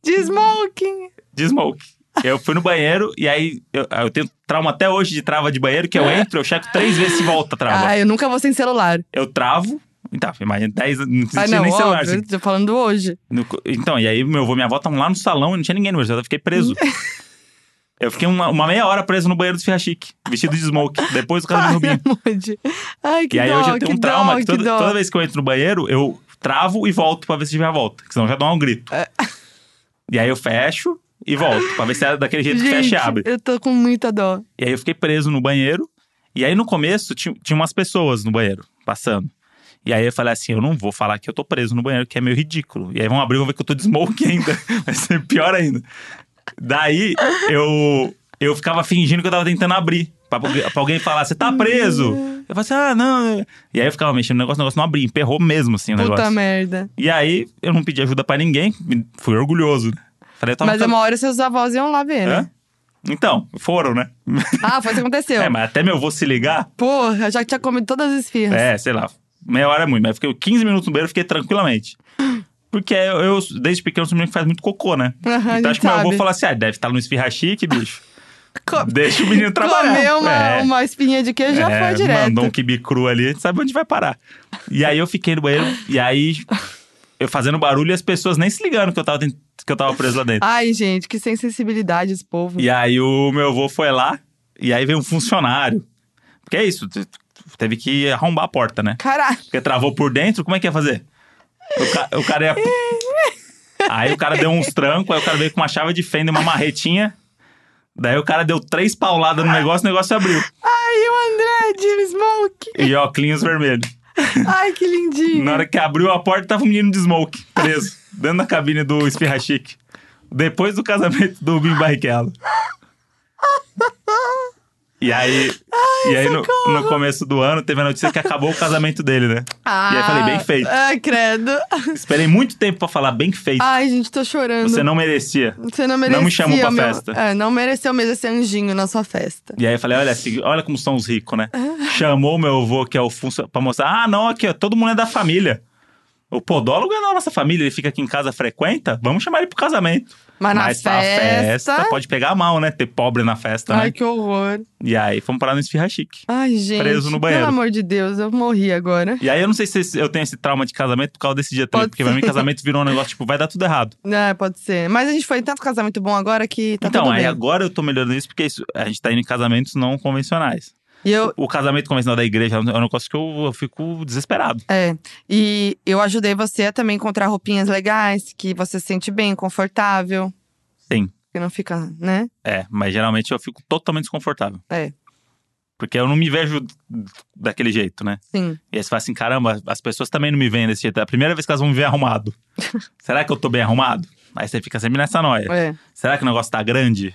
De smoking.
De smoke. Eu fui no banheiro e aí... Eu, eu tenho trauma até hoje de trava de banheiro, que eu entro, eu checo três vezes se volta a trava.
Ah, eu nunca vou sem celular.
Eu travo... Então, imagina, 10 anos, não
Ah,
existia
não,
nem celular.
óbvio,
assim.
tô falando hoje.
No co- então, e aí meu avô e minha avó estavam lá no salão e não tinha ninguém no banheiro, eu fiquei preso. eu fiquei uma, uma meia hora preso no banheiro do Esfirra Chique, vestido de smoke, depois do casamento do Rubinho.
Mude. Ai, que
e aí
dó,
hoje eu tenho
que
um trauma
dó,
que,
que
toda,
dó.
toda vez que eu entro no banheiro, eu travo e volto pra ver se já volta. Porque senão já dá um grito.
É.
E aí eu fecho e volto. Pra ver se é daquele jeito que
Gente,
fecha e abre. Um
eu tô com muita dó.
E aí eu fiquei preso no banheiro. E aí no começo tinha, tinha umas pessoas no banheiro passando. E aí eu falei assim: eu não vou falar que eu tô preso no banheiro, que é meio ridículo. E aí vão abrir e vão ver que eu tô de smoke ainda. Vai ser pior ainda. Daí eu, eu ficava fingindo que eu tava tentando abrir. Pra, alguém- pra alguém falar, você tá preso. Eu falei assim, ah, não. E aí eu ficava mexendo no negócio, o negócio não abria, emperrou mesmo assim o
Puta
negócio.
merda.
E aí eu não pedi ajuda pra ninguém, me- fui orgulhoso. Falei, eu tava.
Mas uma hora seus avós iam lá ver, né?
Tá Hã? Então, foram, né?
Ah, foi isso que aconteceu.
É, mas até meu avô se ligar,
Porra, já que tinha comido todas as esfirras.
É, sei lá. Meia hora é muito, mas eu fiquei 15 minutos no banheiro, eu fiquei tranquilamente. Porque eu, eu, desde pequeno, sou um menino que faz muito cocô, né?
Aham, a gente
então acho que meu avô
sabe.
falar assim: ah, deve estar no esfirra chique, bicho.
Co-
Deixa o menino trabalhar.
Comeu uma,
É.
uma espinha de queijo, já
É,
foi direto.
Mandou um kibe cru ali, a gente sabe onde vai parar. E aí eu fiquei no banheiro, e aí eu fazendo barulho e as pessoas nem se ligando que eu tava, tent- que eu tava preso lá dentro.
Ai, gente, que sem sensibilidade esse povo.
E aí o meu avô foi lá, e aí veio um funcionário. Porque é isso, te- teve que arrombar a porta, né?
Caralho.
Porque travou por dentro, como é que ia fazer? O, ca- o cara ia. Aí o cara deu uns trancos, aí o cara veio com uma chave de fenda e uma marretinha. Daí o cara deu três pauladas no negócio, o negócio abriu.
Ai, o André, Jim Smoke.
E óculos vermelho.
Ai, que lindinho.
Na hora que abriu a porta, tava um menino de smoke, preso, dentro da cabine do Espirra Chique. Depois do casamento do Bim Barrichello. E aí, e aí no,
socorro. Ah.
no começo do ano, teve a notícia que acabou o casamento dele, né? E aí eu falei, bem feito.
Ai, ah, credo.
Esperei muito tempo pra falar, bem feito.
Ai, gente, tô chorando.
Você não merecia.
Você não merecia.
não me chamou pra
meu-
festa.
É, não mereceu mesmo esse anjinho na sua festa.
E aí eu falei, olha, se- olha como são os ricos, né? Chamou meu avô, que é o funcionário, pra mostrar. Ah, não, aqui, ó, todo mundo é da família. O podólogo é da nossa família, ele fica aqui em casa, frequenta. Vamos chamar ele pro casamento.
Mas na
pra
festa-
pode pegar mal, né? Ter pobre na festa,
Ai,
né?
que horror.
E aí fomos parar no Esfirra Chique.
Ai, gente.
Preso no banheiro.
Pelo amor de Deus, eu morri agora.
E aí eu não sei se esse- eu tenho esse trauma de casamento por causa desse dia também.
Pode
Porque pra mim
ser.
casamento virou um negócio, tipo, vai dar tudo errado.
Ah, pode ser. Mas a gente foi em tanto casamento bom agora que tá
então,
tudo
aí
bem.
agora eu tô melhorando isso, porque isso- a gente tá indo em casamentos não convencionais.
E eu,
O casamento convencional da igreja é um negócio que eu, eu fico desesperado.
É, e eu ajudei você a também encontrar roupinhas legais, que você se sente bem, confortável.
Sim.
Que não fica, né?
É, mas geralmente eu fico totalmente desconfortável.
É,
Porque eu não me vejo daquele jeito, né?
sim.
E aí você fala assim, caramba, as pessoas também não me veem desse jeito. É a primeira vez que elas vão me ver arrumado. Será que eu tô bem arrumado? Aí você fica sempre nessa noia.
É.
Será que o negócio tá grande?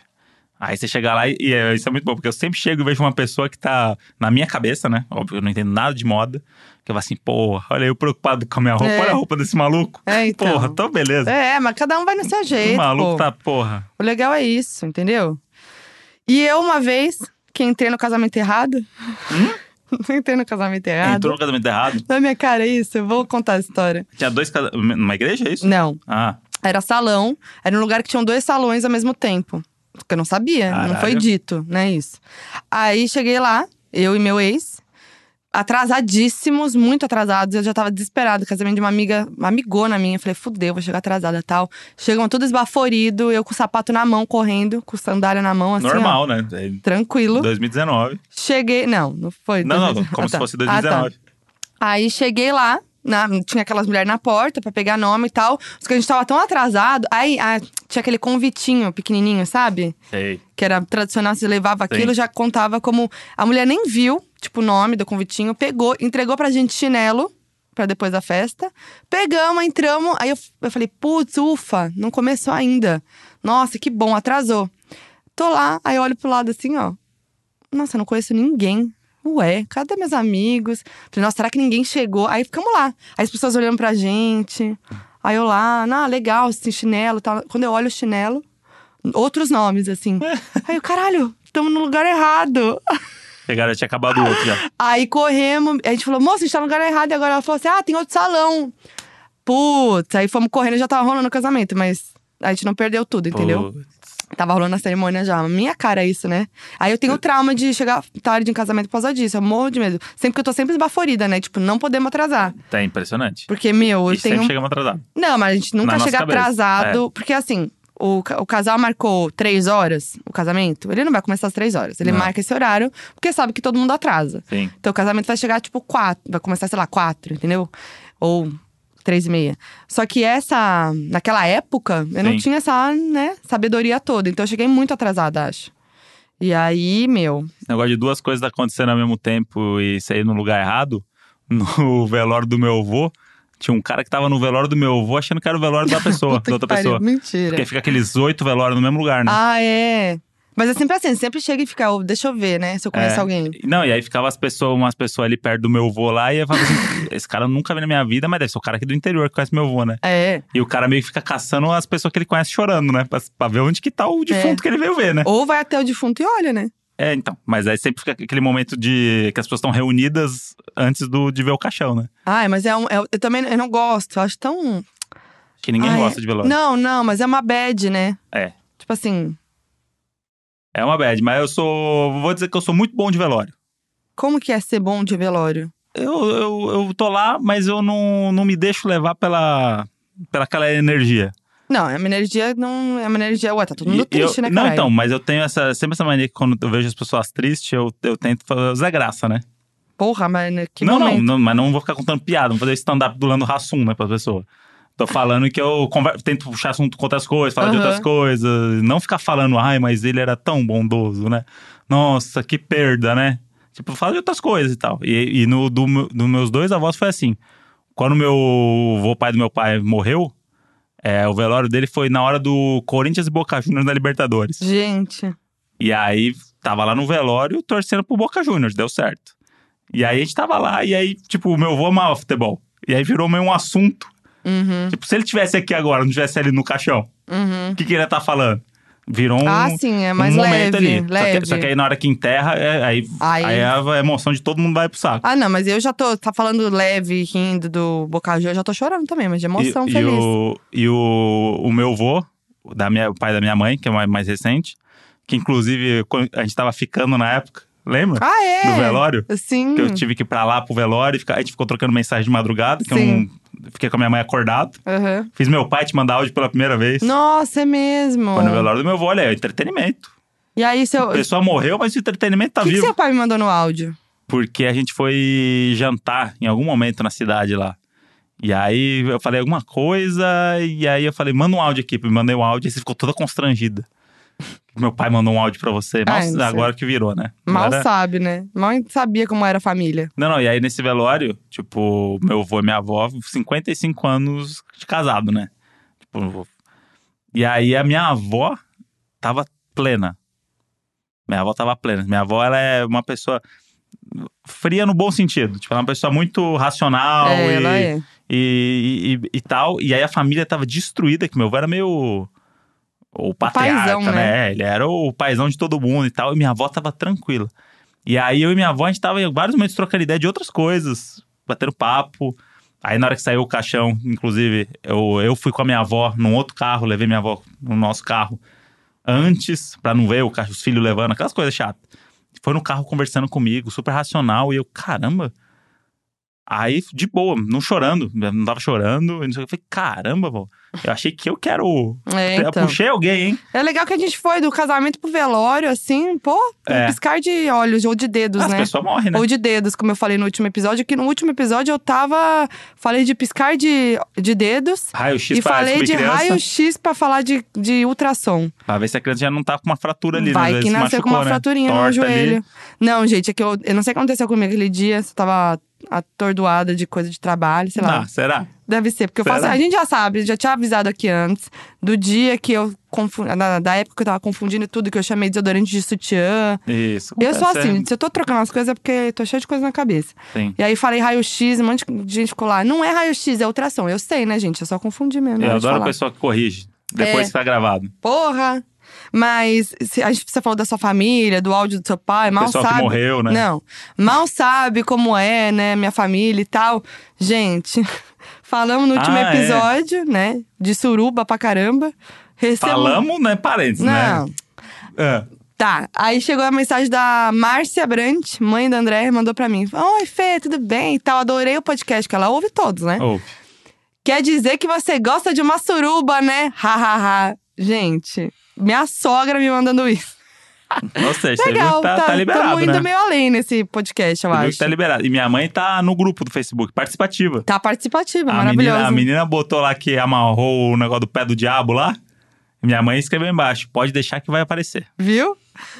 Aí você chega lá e, e é- isso é muito bom, porque eu sempre chego e vejo uma pessoa que tá na minha cabeça, né? Óbvio, eu não entendo nada de moda. Que eu falo assim, porra, olha eu preocupado com a minha roupa,
É.
olha a roupa desse maluco.
É, então.
Porra, tô beleza.
É, mas cada um vai no seu jeito.
o maluco
pô.
tá, porra.
O legal é isso, entendeu? E eu, uma vez, que entrei no casamento errado. entrei no casamento errado.
Hum? Entrou no casamento errado.
Na minha cara, é isso. Eu vou contar a história.
Tinha dois casamentos. Numa igreja, é isso?
Não.
Ah,
Era salão. Era um lugar que tinham dois salões ao mesmo tempo. Porque eu não sabia. Não foi
Caralho.
dito, né? Isso. Aí cheguei lá, eu e meu ex. Atrasadíssimos, muito atrasados. Eu já tava desesperado. Casamento de uma amiga, uma amigona minha. Eu Falei, fudeu, vou chegar atrasada tal. Chegam tudo esbaforido, eu com o sapato na mão, correndo, com sandália na mão, assim. ó,
normal, né? É
tranquilo.
2019.
Cheguei. Não, não foi.
Não, não,
2019.
como
Ah,
se
tá.
fosse
Ah,
2019.
tá. Aí cheguei lá. na- tinha aquelas mulheres na porta pra pegar nome e tal. Só que a gente tava tão atrasado. Aí ah, tinha aquele convitinho pequenininho, sabe?
Sei.
Que era tradicional, você levava
Sim.
aquilo, já contava como. A mulher nem viu, tipo, o nome do convitinho, pegou, entregou pra gente chinelo pra depois da festa. Pegamos, entramos. Aí eu, eu falei, putz, ufa, não começou ainda. Nossa, que bom, atrasou. Tô lá, aí eu olho pro lado assim, ó. Nossa, eu não conheço ninguém. Ué, cadê meus amigos? Falei, nossa, será que ninguém chegou? Aí ficamos lá. Aí as pessoas olhando pra gente. Aí eu lá, ah, legal, esse chinelo e tal. Quando eu olho o chinelo, outros nomes, assim. Aí eu, caralho, estamos no lugar errado.
Chegaram, tinha acabado o outro já.
Aí corremos, a gente falou, moça, a gente tá no lugar errado. E agora ela falou assim: ah, tem outro salão. Putz, aí fomos correndo, já tava rolando o casamento, mas a gente não perdeu tudo, entendeu?
Putz.
Tava rolando a cerimônia já. Minha cara, isso, né? Aí eu tenho trauma de chegar tarde em casamento por causa disso. Eu morro de medo. Sempre que eu tô sempre esbaforida, né? Tipo, não podemos atrasar.
Tá impressionante.
Porque, meu,
E
eu tenho.
sempre chegamos atrasados.
Não, mas a gente
Na
nunca
nossa
chega
cabeça, é.
atrasado. Porque assim, o, ca- o casal marcou três horas o casamento. Ele não vai começar às três horas. Ele
Não.
marca esse horário, porque sabe que todo mundo atrasa.
Sim.
Então o casamento vai chegar tipo quatro. Vai começar, sei lá, quatro, entendeu? Ou três e meia. Só que essa. Naquela época, eu não
Sim.
tinha essa, né, sabedoria toda. Então eu cheguei muito atrasada, acho. E aí, meu.
Esse negócio de duas coisas acontecendo ao mesmo tempo e sair no lugar errado. No velório do meu avô, tinha um cara que tava no velório do meu avô achando que era o velório da pessoa,
puta
da outra
que pariu,
pessoa.
Mentira.
Porque fica aqueles oito velórios no mesmo lugar, né?
Ah, é. Mas é sempre assim, sempre chega e fica, "Oh, deixa eu ver, né? Se eu conheço
É.
alguém.
Não, e aí ficava as pessoas, umas pessoas ali perto do meu avô lá, e eu falava assim: esse cara eu nunca vi na minha vida, mas deve ser o cara aqui do interior que conhece meu avô, né?
É.
E o cara meio que fica caçando as pessoas que ele conhece chorando, né? Pra, pra ver onde que tá
É.
o defunto que ele veio ver, né?
Ou vai até o defunto e olha, né?
É, então. Mas aí sempre fica aquele momento de que as pessoas estão reunidas antes do, de ver o caixão, né?
Ai, mas é um. é- eu também eu não gosto. Eu acho tão.
Que ninguém
Ai,
gosta de velório.
Ah, é? Não, não, mas é uma bad, né?
É.
Tipo assim,
É uma bad, mas eu sou. Vou dizer que eu sou muito bom de velório.
como que é ser bom de velório?
Eu, eu, eu tô lá, mas eu não, não me deixo levar pela, pela aquela energia.
Não, é uma energia. Não, é uma energia. Ué, tá todo mundo
E eu-
triste, né, cara?
Não, então, mas eu tenho essa, sempre essa mania que quando eu vejo as pessoas tristes, eu, eu tento fazer graça, né?
Porra, mas né, que
não, não,
momento.
não, mas não vou ficar contando piada, não vou fazer stand-up do Lando Rassum, né, pra pessoa. Tô falando que eu conver- tento puxar assunto com outras coisas, falar de
Aham.
outras coisas, não ficar falando, ai, mas ele era tão bondoso, né? Nossa, que perda, né? Tipo, fala de outras coisas e tal. E, e no, do, meu- dos meus dois avós foi assim. Quando meu avô, pai do meu pai, morreu, é, o velório dele foi na hora do Corinthians e Boca Juniors na Libertadores.
Gente.
E aí, tava lá no velório torcendo pro Boca Juniors, deu certo. E aí a gente tava lá, e aí, tipo, o meu avô amava futebol. E aí virou meio um assunto.
Uhum,
Tipo, se ele tivesse aqui agora, não tivesse ali no caixão,
uhum.
o que, que ele ia tá falando? Virou um,
ah, sim, é mais
um
leve.
momento ali. Só que- Só,
leve.
que, aí na hora que enterra, é- aí,
Aí-
aí... a emoção de todo mundo vai pro saco.
Ah, não, mas eu já tô. Tá falando leve, rindo do Bocaju, eu já tô chorando também, mas de emoção
e,
feliz.
E, o, e o, o meu avô, o da minha, o pai da minha mãe, que é o mais, mais recente, que inclusive quando a gente tava ficando na época, lembra?
Ah, é?
No velório.
Sim.
que eu tive que ir pra lá pro velório, e fica- a gente ficou trocando mensagem de madrugada, que
Sim.
eu não. Fiquei com a minha mãe acordado.
Aham.
Fiz meu pai te mandar áudio pela primeira vez.
Nossa, é mesmo.
Foi no velório do meu avô, olha, é entretenimento.
E aí, seu.
A pessoa morreu, mas o entretenimento tá
o que, que
vivo.
seu pai me mandou no áudio?
Porque a gente foi jantar em algum momento na cidade lá. E aí eu falei alguma coisa, e aí eu falei, manda um áudio aqui. Mandei um áudio, e você ficou toda constrangida. Meu pai mandou um áudio pra você. Mal-
Ai, não sei.
agora que virou, né?
Mal
Agora-
sabe, né? Mal sabia como era a família.
Não, não, e aí nesse velório, tipo, meu avô e minha avó, 55 anos de casado, né? Tipo, e aí a minha avó tava plena. Minha avó tava plena. Minha avó, ela é uma pessoa fria no bom sentido. Tipo, ela é uma pessoa muito racional
é,
e,
ela é.
e, e- e- e tal. E aí a família tava destruída, que meu avô era meio... o patriarca,
paizão,
né?
né?
É, Ele era o paizão de todo mundo e tal. E minha avó tava tranquila. E aí eu e minha avó, a gente tava em vários momentos trocando ideia de outras coisas, batendo papo. Aí na hora que saiu o caixão, inclusive, eu, eu fui com a minha avó num outro carro, levei minha avó no nosso carro antes, pra não ver o caixa, os filhos levando, aquelas coisas chatas. Foi no carro conversando comigo, super racional, e eu, caramba. Aí, de boa, não chorando, né, não tava chorando, e não sei o que. Eu falei, caramba, vó, eu achei que eu quero
É,
eu
então.
puxei alguém, hein?
É legal que a gente foi do casamento pro velório, assim, pô, um
É.
piscar de olhos ou de dedos,
As
né?
pessoas morrem, né?
Ou de dedos, como eu falei no último episódio, que no último episódio eu tava. Falei de piscar de, de dedos.
Raio-X
e
pra
falei
descobrir
de
criança.
raio-x pra falar de, de ultrassom.
Pra ver se a criança já não tá com uma fratura ali, né? Às
Vai que
vezes
nasceu
machucou,
com uma
né?
fraturinha
Torta
no joelho.
Ali.
Não, gente, é que eu, eu não sei o que aconteceu comigo aquele dia. Você tava atordoada de coisa de trabalho, sei lá.
Ah, será?
Deve ser, porque eu faço.
Será?
A gente já sabe, já tinha avisado aqui antes, do dia que eu confundi. Da, da época que eu tava confundindo tudo, que eu chamei desodorante de sutiã.
Isso.
Eu sou
acontece,
assim,
é.
se eu tô trocando as coisas é porque tô cheio de coisa na cabeça.
Sim.
E aí falei raio-x, um monte de gente ficou lá. Não é raio-x, é ultrassom. Eu sei, né, gente? Eu só confundi mesmo. na
Eu
hora de
adoro a
falar. É.
pessoa que corrige. Depois que tá gravado.
Porra! Mas se- a gente você falou da sua família, do áudio do seu pai, mal
pessoal que
sabe.
morreu, né?
Não. Mal sabe como é, né? Minha família e tal. Gente, falamos no último
Ah, é.
episódio, né? De suruba pra caramba. Recebemos-
Falamos, né? Parênteses,
Não.
né? É.
Tá, aí chegou a mensagem da Márcia Brant, mãe da André, mandou pra mim. Oi, Fê, tudo bem? E tal, adorei o podcast, que ela ouve todos, né?
Ou,
Quer dizer que você gosta de uma suruba, né? Ha, ha, ha. Gente, minha sogra me mandando isso.
ou seja, você viu
Legal,
que tá,
tá,
tá liberado,
tamo indo
né?
meio além nesse podcast, eu
Você viu que
acho.
tá liberado. E minha mãe tá no grupo do Facebook, participativa.
Tá participativa,
A
maravilhoso.
menina, a menina botou lá que amarrou o negócio do pé do diabo lá. Minha mãe escreveu embaixo. Pode deixar que vai aparecer.
Viu?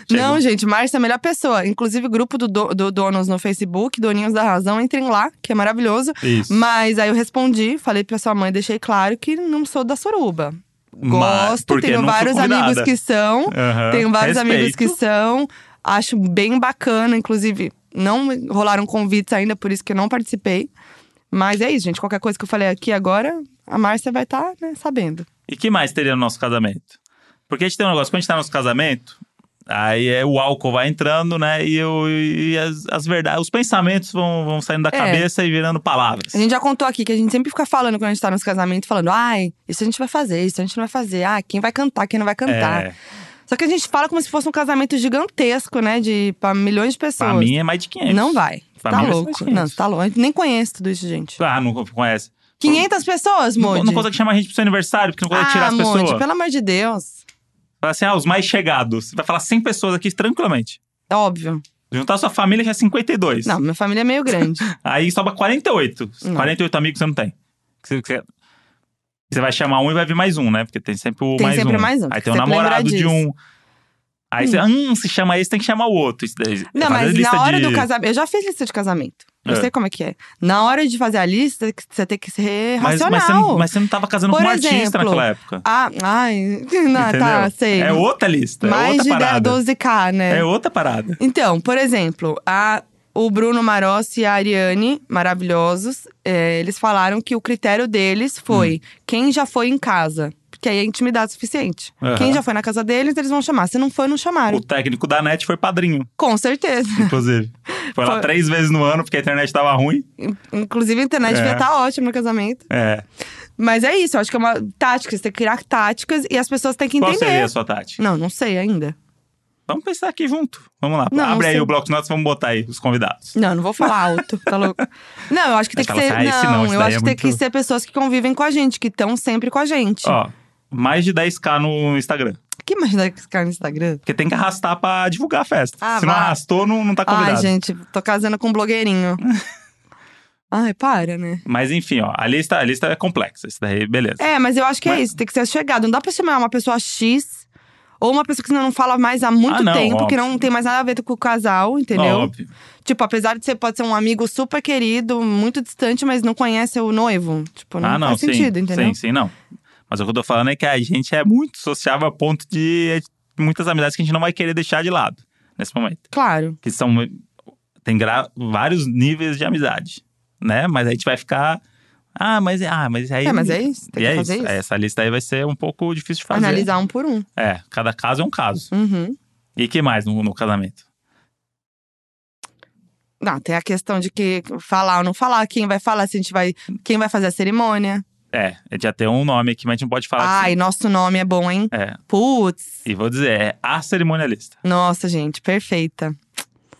Chegou.
Não, gente, Márcia é a melhor pessoa. Inclusive, grupo do, do, do Donos no Facebook, Doninhos da Razão, entrem lá, que é maravilhoso.
Isso.
Mas aí eu respondi, falei pra sua mãe, deixei claro que não sou da suruba.
Mas-
Gosto,
porque
tenho
não fui
vários
convidada. É.
amigos que são.
Aham,
Tenho vários
respeito.
amigos que são. Acho bem bacana, inclusive, não rolaram convites ainda, por isso que eu não participei. Mas é isso, gente. Qualquer coisa que eu falei aqui agora, a Márcia vai estar, né, sabendo.
E que mais teria no nosso casamento? Porque a gente tem um negócio, quando a gente tá no nosso casamento, aí é, o álcool vai entrando, né? E, eu, e as, as verdades, os pensamentos vão, vão saindo da
É.
cabeça e virando palavras.
A gente já contou aqui que a gente sempre fica falando quando a gente tá nos casamentos, falando, ai, isso a gente vai fazer, isso a gente não vai fazer, ah, quem vai cantar, quem não tá vai cantar.
É,
Só que a gente fala como se fosse um casamento gigantesco, né, de pra milhões de pessoas.
pra mim é mais de 500.
não vai.
Pra
tá
mim vai ser
louco. tá.
mais
Não, tá louco. Eu nem conheço tudo isso, gente.
Ah, não conhece.
500 pessoas, Moody?
Não, não consegue chamar a gente pro seu aniversário, porque não consegue
ah,
tipo, tirar as
Moody,
pessoas.
pelo amor de Deus.
Fala assim, ah, os mais chegados. Você vai falar 100 pessoas aqui tranquilamente.
É óbvio.
Juntar sua família já é 52.
Não, minha família é meio grande.
Aí sobra 48.
Não.
48 amigos você não tem. Você, você- você vai chamar um e vai vir mais um, né? Porque tem sempre o
Tem
mais
sempre
um.
mais um,
Aí
tem que
tem o
sempre lembrar
namorado de
disso.
um. Aí você, hum, se chama esse, tem que chamar o outro. Isso daí-
Não,
fazer
mas
lista
na hora
de-
do casamento. Eu já fiz lista de casamento. Eu
É.
sei como é que é. Na hora de fazer a lista, que você tem que ser
Mas,
racional.
mas, você não, mas você não tava casando
Por
com um artista
exemplo,
naquela época.
Ah, ai. Não, tá,
entendeu?
sei.
É outra lista. é
Mais
outra
de
parada.
12k, né?
É outra parada.
Então, por exemplo, a- o Bruno Marossi e a Ariane, maravilhosos, é, eles falaram que o critério deles foi
Hum.
quem já foi em casa. Porque aí é intimidade suficiente.
Aham.
Quem já foi na casa deles, eles vão chamar. Se não foi, não chamaram.
O técnico da NET foi padrinho,
Com certeza.
inclusive. Foi lá
Foi-
três vezes no ano, porque a internet tava ruim.
In- Inclusive, a internet
É.
devia estar ótima no casamento.
É.
Mas é isso, eu acho que é uma tática. Você tem que criar táticas e as pessoas têm que
Qual
entender.
seria a sua tática?
Não, não sei ainda.
Vamos pensar aqui junto. Vamos lá.
Não,
Abre
não
aí
sei.
o bloco de notas, vamos botar aí os convidados.
Não, não vou falar alto, tá louco? Não, eu acho que tem
Acho
que
que
ser.
ela sai, esse não,
não,
esse
eu
daí
acho
é
que tem que
muito-
ser pessoas que convivem com a gente, que estão sempre com a gente.
Ó, mais de 10k no Instagram.
Que imagina que esse cara no Instagram?
Porque tem que arrastar pra divulgar a festa.
Ah,
Se não
vai.
arrastou, não, não tá
Ai,
convidado.
gente, tô casando com um blogueirinho. Ai, para, né?
Mas enfim, ó, a lista, a lista é complexa. Isso daí, beleza.
É, mas eu acho que é
Mas-
isso, tem que ser chegado. Não dá pra chamar uma pessoa X ou uma pessoa que você não fala mais há muito
Ah, não,
tempo, que
óbvio.
não tem mais nada a ver com o casal, entendeu?
Óbvio.
Tipo, apesar de você pode ser um amigo super querido, muito distante, mas não conhece o noivo. Tipo, não,
ah, não,
faz
sim.
sentido, entendeu?
Sim, sim, não. Mas o que eu tô falando é que a gente é muito sociável a ponto de muitas amizades que a gente não vai querer deixar de lado nesse momento.
Claro.
que são tem gra- vários níveis de amizade, né? Mas a gente vai ficar Ah, mas, ah, mas aí.
É, mas é isso. Tem
e
que
é
fazer isso.
Essa lista aí vai ser um pouco difícil de fazer.
Analisar um por um.
É, cada caso é um caso.
Uhum.
E que mais no, no casamento?
Não, tem a questão de que falar ou não falar, quem vai falar, se a gente vai. Quem vai fazer a cerimônia.
É, já tem um nome aqui, mas a gente não pode falar.
Ai, nosso nome é bom, hein?
que- É,
Putz.
e vou dizer, é a cerimonialista.
Nossa, gente, perfeita.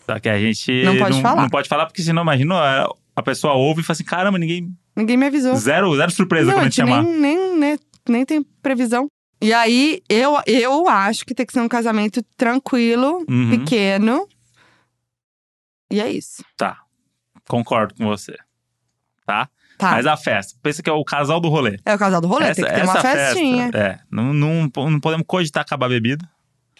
Só que a gente.
Não pode falar.
Não pode falar, porque senão, imagina, a- a pessoa ouve e fala assim: caramba, ninguém.
Ninguém me avisou.
Zero, zero surpresa
não,
quando
a
a gente
gente
chamar.
nem, nem, né, nem tem previsão. E aí, eu, eu acho que tem que ser um casamento tranquilo,
Uhum,
pequeno. E é isso.
tá. Concordo com você.
Tá.
Mas a festa. Pensa que é o casal do rolê.
É o casal do rolê, tem que ter uma
festa,
festinha.
é. Não, não, não podemos cogitar acabar a bebida.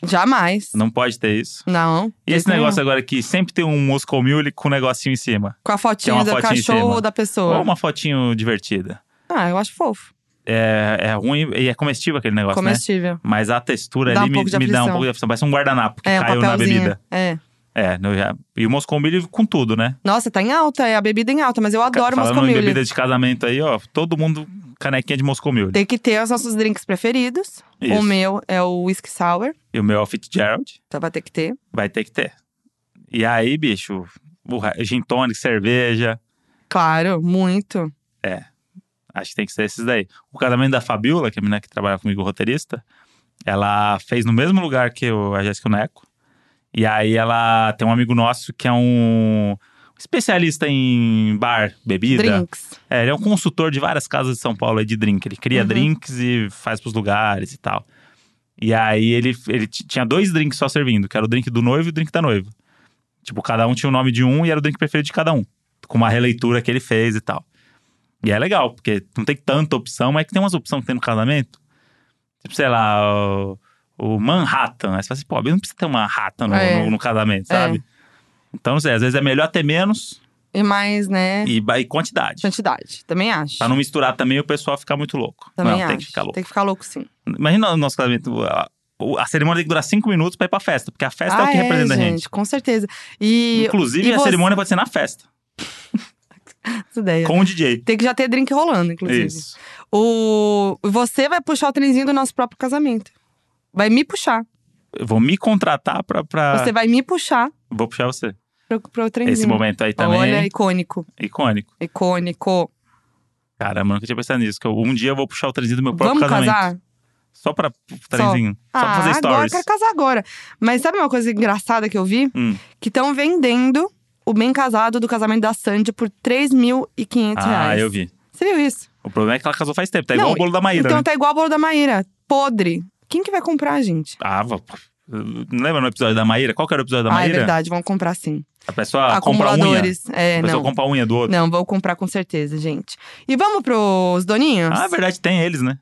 Jamais.
Não pode ter isso.
Não.
E esse
Não.
negócio agora que sempre tem um Moscow Mule com um negocinho em cima.
Com a
Tem
fotinha
uma
do
fotinha em
cachorro
cima.
ou da
Ou
pessoa.
uma fotinho divertida.
Ah, eu acho fofo.
É, é ruim e é comestível aquele negócio, né?
Comestível.
Mas a textura
Dá
ali
um
me,
pouco de
me dá um
aflição.
pouco de aflição. Parece um guardanapo que
É, um
caiu na
papelzinho.
bebida.
É.
É, no, já- e o Moscow Mule com tudo, né?
Nossa, tá em alta, é a bebida em alta, mas eu adoro
Falando
Moscow
em
Mule.
bebida de casamento aí, ó. Todo mundo canequinha de Moscow Mule.
Tem que ter os nossos drinks preferidos.
Isso.
O meu é o Whisky Sour,
E o meu é o Fitzgerald.
então vai ter que ter.
Vai ter que ter. E aí, bicho, o re- gin tônico, cerveja,
Claro, muito.
acho que tem que ser esses daí. O casamento da Fabiola, que é a menina que trabalha comigo, roteirista, ela fez no mesmo lugar que o, a Jéssica e o Neco. E aí ela tem um amigo nosso que é um especialista em bar, bebida.
Drinks.
É, ele é um consultor de várias casas de São Paulo aí de drink. Ele cria
Uhum.
drinks e faz pros lugares e tal. E aí ele, ele t- tinha dois drinks só servindo, que era o drink do noivo e o drink da noiva. Tipo, cada um tinha o nome de um e era o drink preferido de cada um. Com uma releitura que ele fez e tal. E é legal, porque não tem tanta opção, mas é que tem umas opções que tem no casamento. Tipo, sei lá, o, o Manhattan. Aí você fala assim, pô, não precisa ter um Manhattan no,
É.
no- no casamento,
É.
sabe? Então, não sei, às vezes é melhor ter menos
E mais, né?
e, ba- e quantidade.
Quantidade. Também acho.
Pra não misturar também e o pessoal ficar muito louco.
Também
Tá não,
acho.
tem que ficar louco.
Tem que ficar louco, sim.
Imagina o nosso casamento. A, o- a cerimônia tem que durar cinco minutos pra ir pra festa, porque a festa é o
ah,
que representa a gente.
Com certeza. E.
Inclusive,
e
a
você-
cerimônia pode ser na festa,
Essa ideia.
com o DJ.
Tem que já ter drink rolando, inclusive.
Isso.
O... Você vai puxar o trenzinho do nosso próprio casamento. Vai me puxar.
Eu vou me contratar pra. pra-
Você vai me puxar
Vou puxar você.
pro, pro trenzinho.
Ah. Esse momento aí também
Olha,
é
icônico.
icônico.
Icônico.
Caramba, nunca tinha pensado nisso. Que eu- um dia eu vou puxar o trenzinho do meu próprio
Vamos
casamento.
casar?
Só pra o trenzinho. Só, pra
ah,
fazer
agora eu
stories.
quero casar agora. Mas sabe uma coisa engraçada que eu vi?
Hum.
Que estão vendendo o bem casado do casamento da Sandy por 3.500
Ah,
reais.
eu vi.
Você viu isso?
O problema é que ela casou faz tempo. Tá
Não,
igual o bolo da Maíra,
então
né?
tá igual o bolo da Maíra. Podre. Quem que vai comprar, gente?
Ah, vou- não lembra no episódio da Maíra? Qual que era o episódio da
Ah, é
Maíra?
verdade, vão comprar sim.
A pessoa compra a unha.
Acumuladores. É,
A pessoa
não.
compra a unha do outro.
Não, vou comprar com certeza, gente. E vamos pros doninhos?
Ah, é verdade, tem eles, né?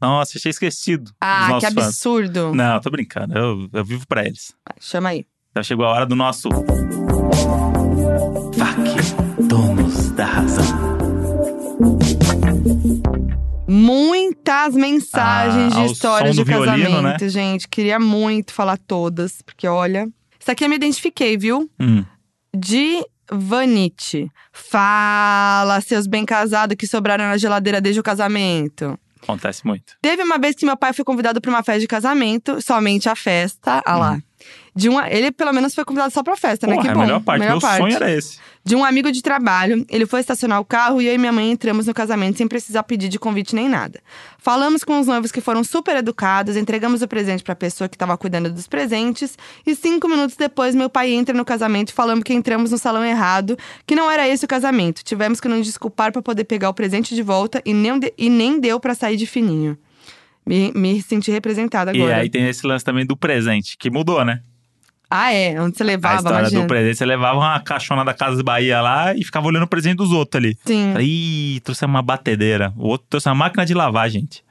Nossa, tinha esquecido dos
Ah, que
nossos fãs.
absurdo.
Não, tô brincando. Eu, eu vivo pra eles.
Chama aí.
Já chegou a hora do nosso. FAC, donos da razão.
Muitas mensagens
Ah, ao
de histórias
som
de
do violino, né?
casamento, gente. Queria muito falar todas, porque olha. Isso aqui eu me identifiquei, viu?
Hum,
De Vanite. Fala, seus bem casados que sobraram na geladeira desde o casamento.
acontece muito.
Teve uma vez que meu pai foi convidado pra uma festa de casamento, somente a festa, ah lá. De uma, ele pelo menos foi convidado só pra festa, né?
Uhum. Porra, é
Que
a
bom.
melhor parte. Meu sonho era esse.
De um amigo de trabalho, ele foi estacionar o carro e eu e minha mãe entramos no casamento sem precisar pedir de convite nem nada. Falamos com os noivos que foram super educados, entregamos o presente pra pessoa que tava cuidando dos presentes e cinco minutos depois meu pai entra no casamento falando que entramos no salão errado, que não era esse o casamento. Tivemos que nos desculpar pra poder pegar o presente de volta e nem, de- e nem deu pra sair de fininho. Me, me senti representada
E
agora.
aí tem esse lance também do presente, que mudou, né?
Ah, é? Onde você
a
levava,
história
imagina.
do presente, você levava uma caixona da Casa de Bahia lá e ficava olhando o presente dos outros ali.
Sim.
Falei, Ih, trouxe uma batedeira. O outro trouxe uma máquina de lavar, gente.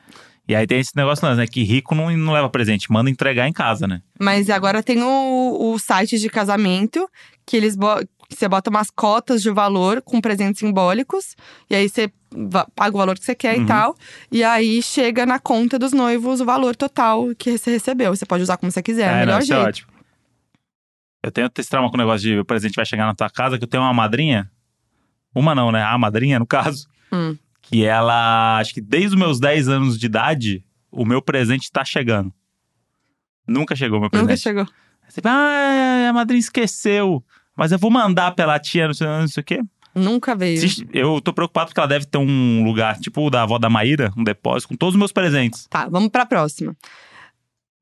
E aí tem esse negócio, né? Que rico não, não leva presente, manda entregar em casa, né?
Mas agora tem o, o site de casamento, que eles bo- que você bota umas cotas de valor com presentes simbólicos, e aí você va- paga o valor que você quer
Uhum.
e tal. E aí chega na conta dos noivos o valor total que você recebeu. Você pode usar como você quiser, é o melhor
não, isso é
jeito.
ótimo. Eu tenho esse trauma com o negócio de o presente vai chegar na tua casa, que eu tenho uma madrinha. Uma não, né? A madrinha, no caso.
Hum.
Que ela, acho que desde os meus 10 anos de idade, o meu presente tá chegando. Nunca chegou o meu presente.
Nunca chegou.
Você fala, ah, a madrinha esqueceu. Mas eu vou mandar pela tia, não sei, não sei o quê.
Nunca veio.
Se- Eu tô preocupado porque ela deve ter um lugar, tipo o da avó da Maíra, um depósito, com todos os meus presentes.
Tá, vamos pra próxima.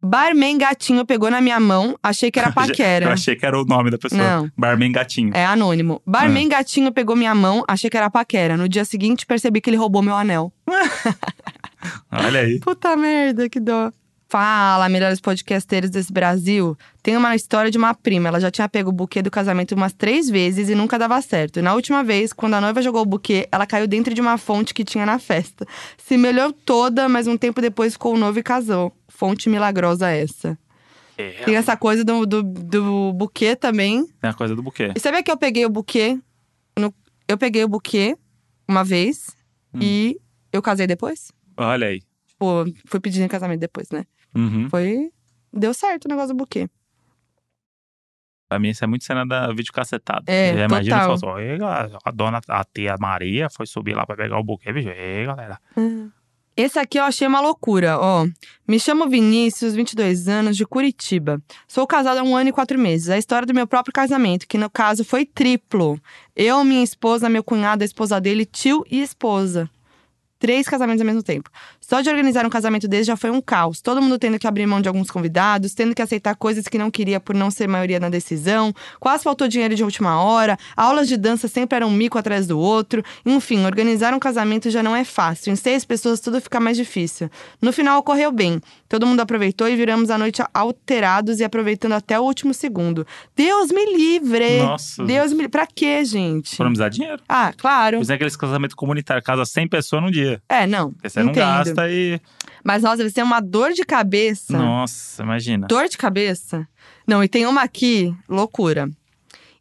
Barman gatinho pegou na minha mão, achei que era
Eu
paquera.
achei que Ah. era o nome da pessoa.
Não.
Barman Gatinho.
É anônimo. Barman gatinho pegou minha mão, achei que era paquera. No dia seguinte percebi que ele roubou meu anel.
Olha aí.
Puta merda, que dó. Fala, melhores podcasteiros desse Brasil. Tem uma história de uma prima. Ela já tinha pego o buquê do casamento umas três vezes e nunca dava certo. E na última vez, quando a noiva jogou o buquê, ela caiu dentro de uma fonte que tinha na festa. Se melhorou toda, mas um tempo depois ficou noivo e casou. Fonte milagrosa essa. Tem essa coisa do, do, do buquê também.
É a coisa do buquê.
E sabe que eu peguei o buquê? no- eu peguei o buquê uma vez e eu casei depois?
Olha aí.
Tipo, fui pedindo em casamento depois, né?
Uhum.
Foi. Deu certo o negócio do buquê.
Pra mim, isso é muito cena da vídeo cacetada.
É,
Já imagina
total.
só, "Ei, galera, a dona, a tia Maria foi subir lá pra pegar o buquê, bicho. Ei, galera.
Esse aqui eu achei uma loucura, ó. Me chamo Vinícius, 22 anos, de Curitiba. Sou casada há um ano e quatro meses. A história do meu próprio casamento, que no caso foi triplo. Eu, minha esposa, meu cunhado, a esposa dele, tio e esposa. Três casamentos ao mesmo tempo. Só de organizar um casamento desse já foi um caos. Todo mundo tendo que abrir mão de alguns convidados, tendo que aceitar coisas que não queria por não ser maioria na decisão. Quase faltou dinheiro de última hora. Aulas de dança sempre eram um mico atrás do outro. Enfim, organizar um casamento já não é fácil. Em seis pessoas tudo fica mais difícil. No final ocorreu bem. Todo mundo aproveitou e viramos a noite alterados e aproveitando até o último segundo. Deus me livre!
Nossa.
É, Deus me livre. Pra quê, gente?
Economizar dinheiro.
Ah, claro.
Por isso é aqueles casamentos comunitários, casa 100 pessoas num dia.
É, não.
Porque você não
entendo.
gasta e.
Mas, nossa, você tem uma dor de cabeça.
Nossa, imagina.
Dor de cabeça? Não, e tem uma aqui, loucura.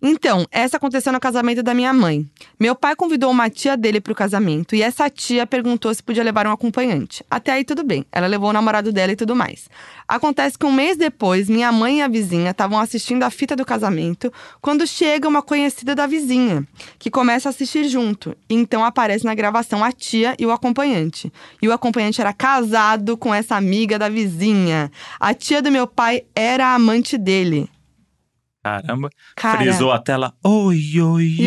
Então, essa aconteceu no casamento da minha mãe. Meu pai convidou uma tia dele pro casamento e essa tia perguntou se podia levar um acompanhante. Até aí tudo bem, ela levou o namorado dela e tudo mais. Acontece que um mês depois, minha mãe e a vizinha estavam assistindo a fita do casamento quando chega uma conhecida da vizinha, que começa a assistir junto. Então aparece na gravação a tia e o acompanhante. E o acompanhante era casado com essa amiga da vizinha. A tia do meu pai era a amante dele.
Caramba.
Cara.
Frisou a tela. Oi, oi,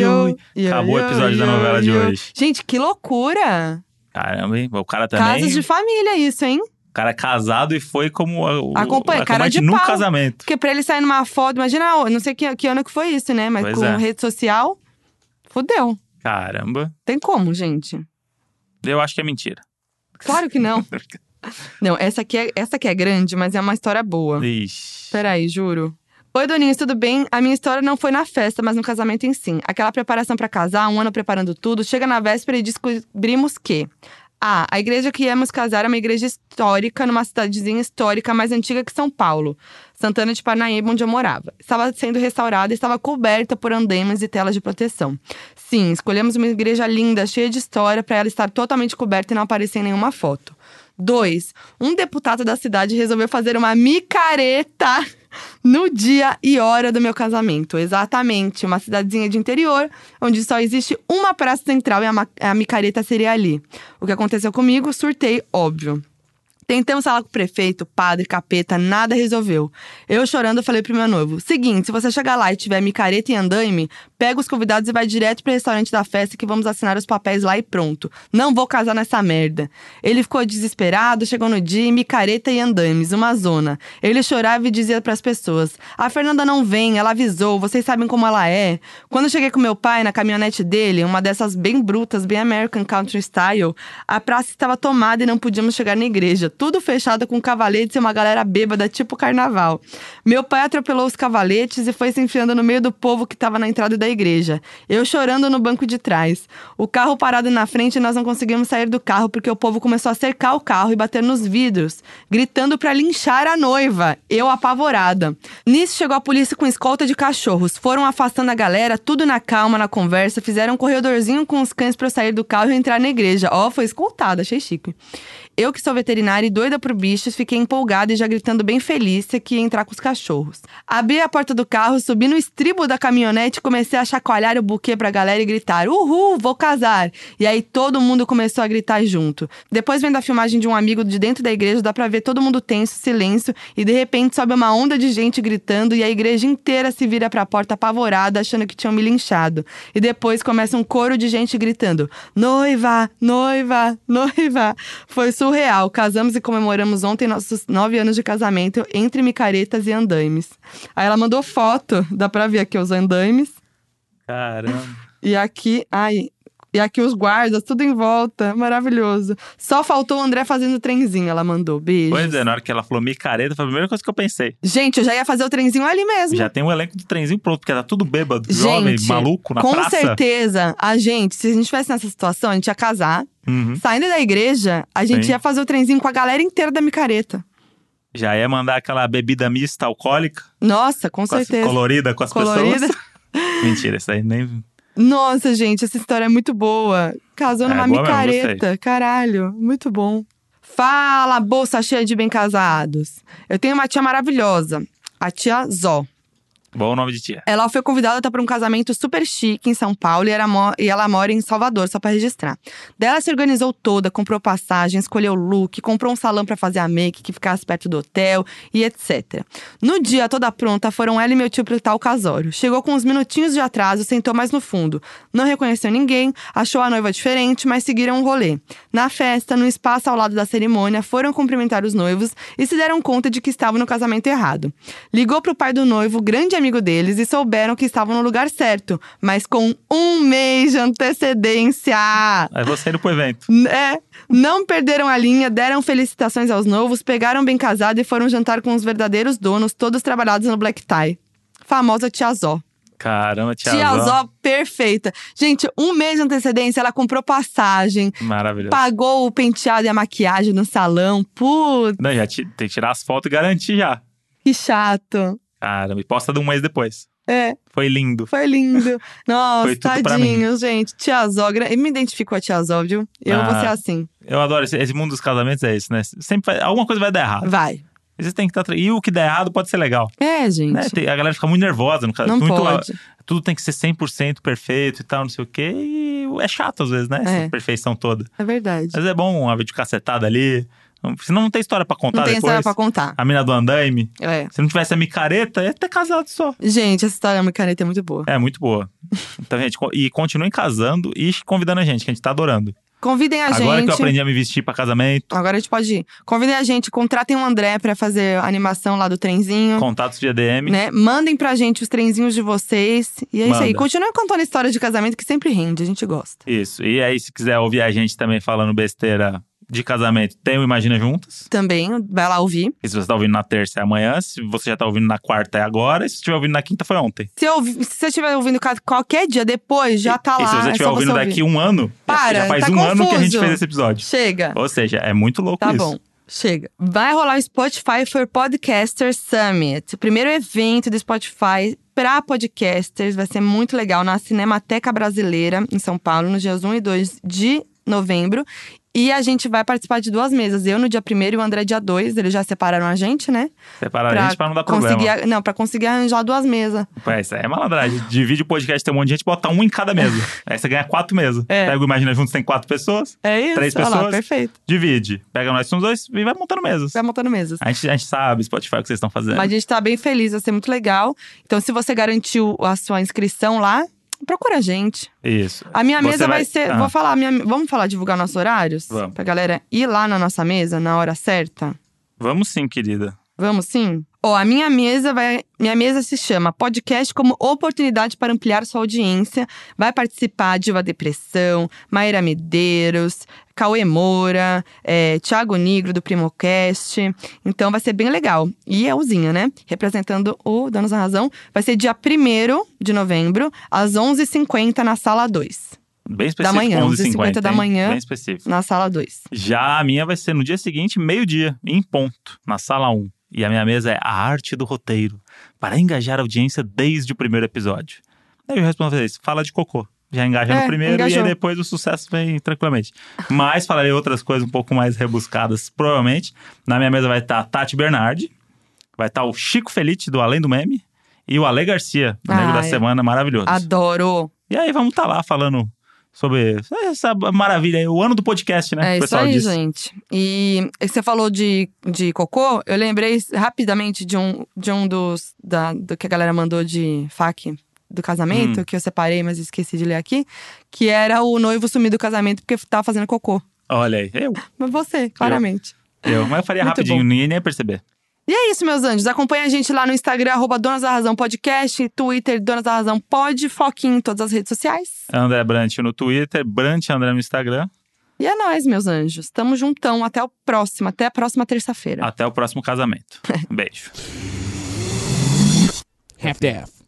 oi.
Yo,
Acabou o
yo,
episódio da
yo,
novela de
yo.
hoje.
Gente, que loucura!
Caramba, hein? O cara também.
Casos de família, isso, hein?
O cara é casado e foi como. O,
Acompanha-
o
cara de
acompanhante num
pau.
casamento.
Porque pra ele sair numa foto, imagina, ó, não sei que, que ano que foi isso, né? Mas
Pois
com
é.
rede social, fudeu.
Caramba.
Tem como, gente.
Eu acho que é mentira.
Claro que não. Não, essa aqui é, essa aqui é grande, mas é uma história boa.
Ixi.
Peraí, juro. Oi, Doninhos, tudo bem? A minha história não foi na festa, mas no casamento em sim. Aquela preparação pra casar, um ano preparando tudo, chega na véspera e descobrimos que. A. A igreja que íamos casar é uma igreja histórica, numa cidadezinha histórica mais antiga que São Paulo, Santana de Parnaíba, onde eu morava. Estava sendo restaurada e estava coberta por andaimes e telas de proteção. Sim, escolhemos uma igreja linda, cheia de história, para ela estar totalmente coberta e não aparecer em nenhuma foto. 2. Um deputado da cidade resolveu fazer uma micareta no dia e hora do meu casamento. Exatamente, uma cidadezinha de interior, onde só existe uma praça central e a, ma- a micareta seria ali. O que aconteceu comigo, surtei, óbvio. Tentamos falar com o prefeito, padre, capeta, nada resolveu. Eu chorando, falei pro meu noivo: seguinte, se você chegar lá e tiver micareta e andaime, pega os convidados e vai direto pro restaurante da festa que vamos assinar os papéis lá e pronto. Não vou casar nessa merda. Ele ficou desesperado, chegou no dia e micareta e andames, uma zona. Ele chorava e dizia pras pessoas: a Fernanda não vem, ela avisou, vocês sabem como ela é. Quando eu cheguei com meu pai na caminhonete dele, uma dessas bem brutas, bem American Country Style, a praça estava tomada e não podíamos chegar na igreja. Tudo fechado com cavaletes e uma galera bêbada, tipo carnaval. Meu pai atropelou os cavaletes e foi se enfiando no meio do povo que estava na entrada da igreja. Eu chorando no banco de trás. O carro parado na frente e nós não conseguimos sair do carro porque o povo começou a cercar o carro e bater nos vidros, gritando para linchar a noiva. Eu apavorada. Nisso chegou a polícia com escolta de cachorros. Foram afastando a galera, tudo na calma, na conversa. Fizeram um corredorzinho com os cães para eu sair do carro e entrar na igreja. Ó, foi escoltada, achei chique. Eu que sou veterinária e doida por bichos, fiquei empolgada e já gritando bem feliz que ia entrar com os cachorros. Abri a porta do carro, subi no estribo da caminhonete, comecei a chacoalhar o buquê pra galera e gritar: Uhul, vou casar! E aí todo mundo começou a gritar junto. Depois vendo a filmagem de um amigo de dentro da igreja, dá pra ver todo mundo tenso, silêncio, e de repente sobe uma onda de gente gritando e a igreja inteira se vira pra porta apavorada, achando que tinham me linchado. E depois começa um coro de gente gritando: Noiva, noiva, noiva! Foi surreal. Casamos e comemoramos ontem nossos nove anos de casamento entre micaretas e andaimes. Aí ela mandou foto, dá pra ver aqui os andaimes.
Caramba.
E aqui, ai, e aqui os guardas, tudo em volta, maravilhoso. Só faltou o André fazendo o trenzinho, ela mandou. Beijo.
Pois é, na hora que ela falou micareta, foi a primeira coisa que eu pensei.
Gente, eu já ia fazer o trenzinho ali mesmo.
Já tem um elenco do trenzinho pronto, porque tá tudo bêbado,
Gente,
jovem, maluco, na
Com
praça.
certeza, a gente, se a gente estivesse nessa situação, a gente ia casar.
Uhum.
Saindo da igreja, a gente
Sim.
ia fazer o trenzinho com a galera inteira da micareta.
Já ia mandar aquela bebida mista alcoólica,
Nossa, com,
com as-
certeza.
colorida com as
Colorida.
pessoas. Mentira, isso aí nem.
Nossa, gente, essa história é muito boa. Casou
É,
numa
boa mesmo,
micareta. Caralho, muito bom. Fala, bolsa cheia de bem casados. Eu tenho uma tia maravilhosa, a tia Zó.
Bom nome de tia.
Ela foi convidada para um casamento super chique em São Paulo e, era mo- e ela mora em Salvador, só para registrar. Daí ela se organizou toda, comprou passagem, escolheu look, comprou um salão para fazer a make que ficasse perto do hotel e etc. No dia, toda pronta, foram ela e meu tio pro tal casório. Chegou com uns minutinhos de atraso, sentou mais no fundo. Não reconheceu ninguém, achou a noiva diferente, mas seguiram o rolê. Na festa, no espaço ao lado da cerimônia, foram cumprimentar os noivos e se deram conta de que estavam no casamento errado. Ligou pro pai do noivo, grande amigo deles, e souberam que estavam no lugar certo, mas com um mês de antecedência.
Aí você indo pro evento.
É, não perderam a linha, deram felicitações aos novos, pegaram bem casado e foram jantar com os verdadeiros donos, todos trabalhados no black tie. Famosa Tia Zó.
Caramba, tia,
Tia
Zó.
Zó perfeita. Gente, um mês de antecedência, ela comprou passagem,
Maravilhoso.
pagou o penteado e a maquiagem no salão. Putz,
Não, já ti- tem que tirar as fotos e garantir já.
que chato.
Caramba, e posta de um mês depois.
É,
Foi lindo.
foi lindo. Nossa,
Foi tudo pra
tadinho, gente. Tia Zó, gran- eu me identifico com a Tia Zó, viu? Eu vou
Ah.
ser assim.
Eu adoro esse, esse mundo dos casamentos, é isso, né? Sempre vai- alguma coisa vai dar errado.
Vai.
Vocês têm que estar. E o que der errado pode ser legal.
É, gente.
Né? Tem- a galera fica muito nervosa no
Não
casamento. muito,
pode.
Tudo tem que ser 100% perfeito e tal, não sei o quê. E é chato às vezes, né?
É.
Essa perfeição toda.
É verdade.
Mas é bom uma videocacetada ali. Senão não tem história pra contar
Não tem
depois.
história pra contar.
A mina do andaime.
É.
Se não tivesse a micareta, ia ter casado só.
Gente, essa história da micareta é muito boa.
É, muito boa. Então, gente, co- e continuem casando e convidando a gente, que a gente tá adorando.
Convidem a
Agora
gente.
que eu aprendi a me vestir pra casamento,
Agora a gente pode ir. Convidem a gente, contratem o André pra fazer a animação lá do trenzinho.
contatos de DM.
Uhum. Né? Mandem pra gente os trenzinhos de vocês. E é isso aí.
Manda.
Continuem contando história de casamento que sempre rende, a gente gosta.
Isso. E aí, se quiser ouvir a gente também falando besteira de casamento, tem o Imagina Juntas.
Também, vai lá ouvir.
E se você tá ouvindo na terça é amanhã, se você já tá ouvindo na quarta é agora, e se estiver ouvindo na quinta foi ontem.
Se, eu, se você estiver ouvindo ca- qualquer dia depois, já tá
e
lá.
se você
é
estiver
só
ouvindo
ouvir.
daqui um ano, já-
Para,
já faz
tá
um ano que a gente
confuso.
fez esse episódio.
Chega.
Ou seja, é muito louco
Tá
isso.
bom. Chega. Vai rolar o Spotify for Podcasters Summit. O primeiro evento do Spotify para podcasters. Vai ser muito legal na Cinemateca Brasileira, em São Paulo, nos dias 1 e 2 de novembro. E a gente vai participar de duas mesas. Eu no dia 1 e o André dia 2. Eles já separaram a gente, né?
Separar Ah, a gente pra não dar problema.
conseguir, a- Não, pra conseguir arranjar duas mesas.
Pô, isso aí é malandragem. Divide o podcast, tem um monte de gente, bota um em cada mesa. aí você ganha quatro mesas.
É.
Pega o Imagina Juntos, tem quatro pessoas,
É isso?
Três
Olha lá,
pessoas.
perfeito.
divide. Pega nós somos dois e vai montando mesas.
Vai montando mesas.
A gente, a gente sabe, Spotify, o que vocês estão fazendo.
Mas a gente tá bem feliz, vai ser muito legal. Então, se você garantiu a sua inscrição lá, procura a gente.
Isso.
A minha
Você
mesa vai,
vai-
ser.
Ah.
Vou falar, a minha, vamos falar, divulgar nossos horários?
Vamos.
Pra galera ir lá na nossa mesa na hora certa?
Vamos sim, querida.
Vamos sim? Ó, a minha mesa vai. Minha mesa se chama Podcast como oportunidade para ampliar sua audiência. Vai participar Diva Depressão, Maíra Medeiros, Cauê Moura, eh, Thiago Nigro do Primocast. Então vai ser bem legal. E euzinha, né? Representando o Donos da Razão. Vai ser dia 1 de novembro, às 11h50, na sala 2.
Bem específico,
Da manhã,
11h50
da
hein?
manhã.
Bem específico.
Na sala 2.
Já a minha vai ser no dia seguinte, meio-dia, em ponto, na sala 1. E a minha mesa é a arte do roteiro, para engajar a audiência desde o primeiro episódio. Aí eu respondo pra vocês, fala de cocô. já engaja
É,
no primeiro e
engajou.
aí depois o sucesso vem tranquilamente. Mas falarei outras coisas um pouco mais rebuscadas, provavelmente. Na minha mesa vai estar a Tati Bernardi, vai estar o Chico Felite do Além do Meme e o Ale Garcia, do Nego
Ah,
da
é.
Semana, maravilhoso.
Adoro.
E aí vamos estar lá falando sobre essa maravilha aí, o ano do podcast, né?
É
que o
isso
pessoal
aí,
diz.
gente. E e você falou de, de cocô, eu lembrei rapidamente de um, de um dos. Da, do que a galera mandou de fac do casamento,
Hum.
que eu separei, mas esqueci de ler aqui, que era o noivo sumir do casamento porque tava fazendo cocô.
Olha aí, eu,
Mas você, claramente.
eu. Mas eu faria
Muito
rapidinho,
bom.
ninguém nem ia perceber.
E é isso, meus anjos. Acompanha a gente lá no Instagram, arroba Donas da Razão Podcast, Twitter, Donas da Razão Pod, foquinho em todas as redes sociais.
André Brant no Twitter, Brant André no Instagram.
E é nóis, meus anjos. Tamo juntão. Até o próximo. Até a próxima É. terça-feira.
Até o próximo casamento. Beijo.
half-daff.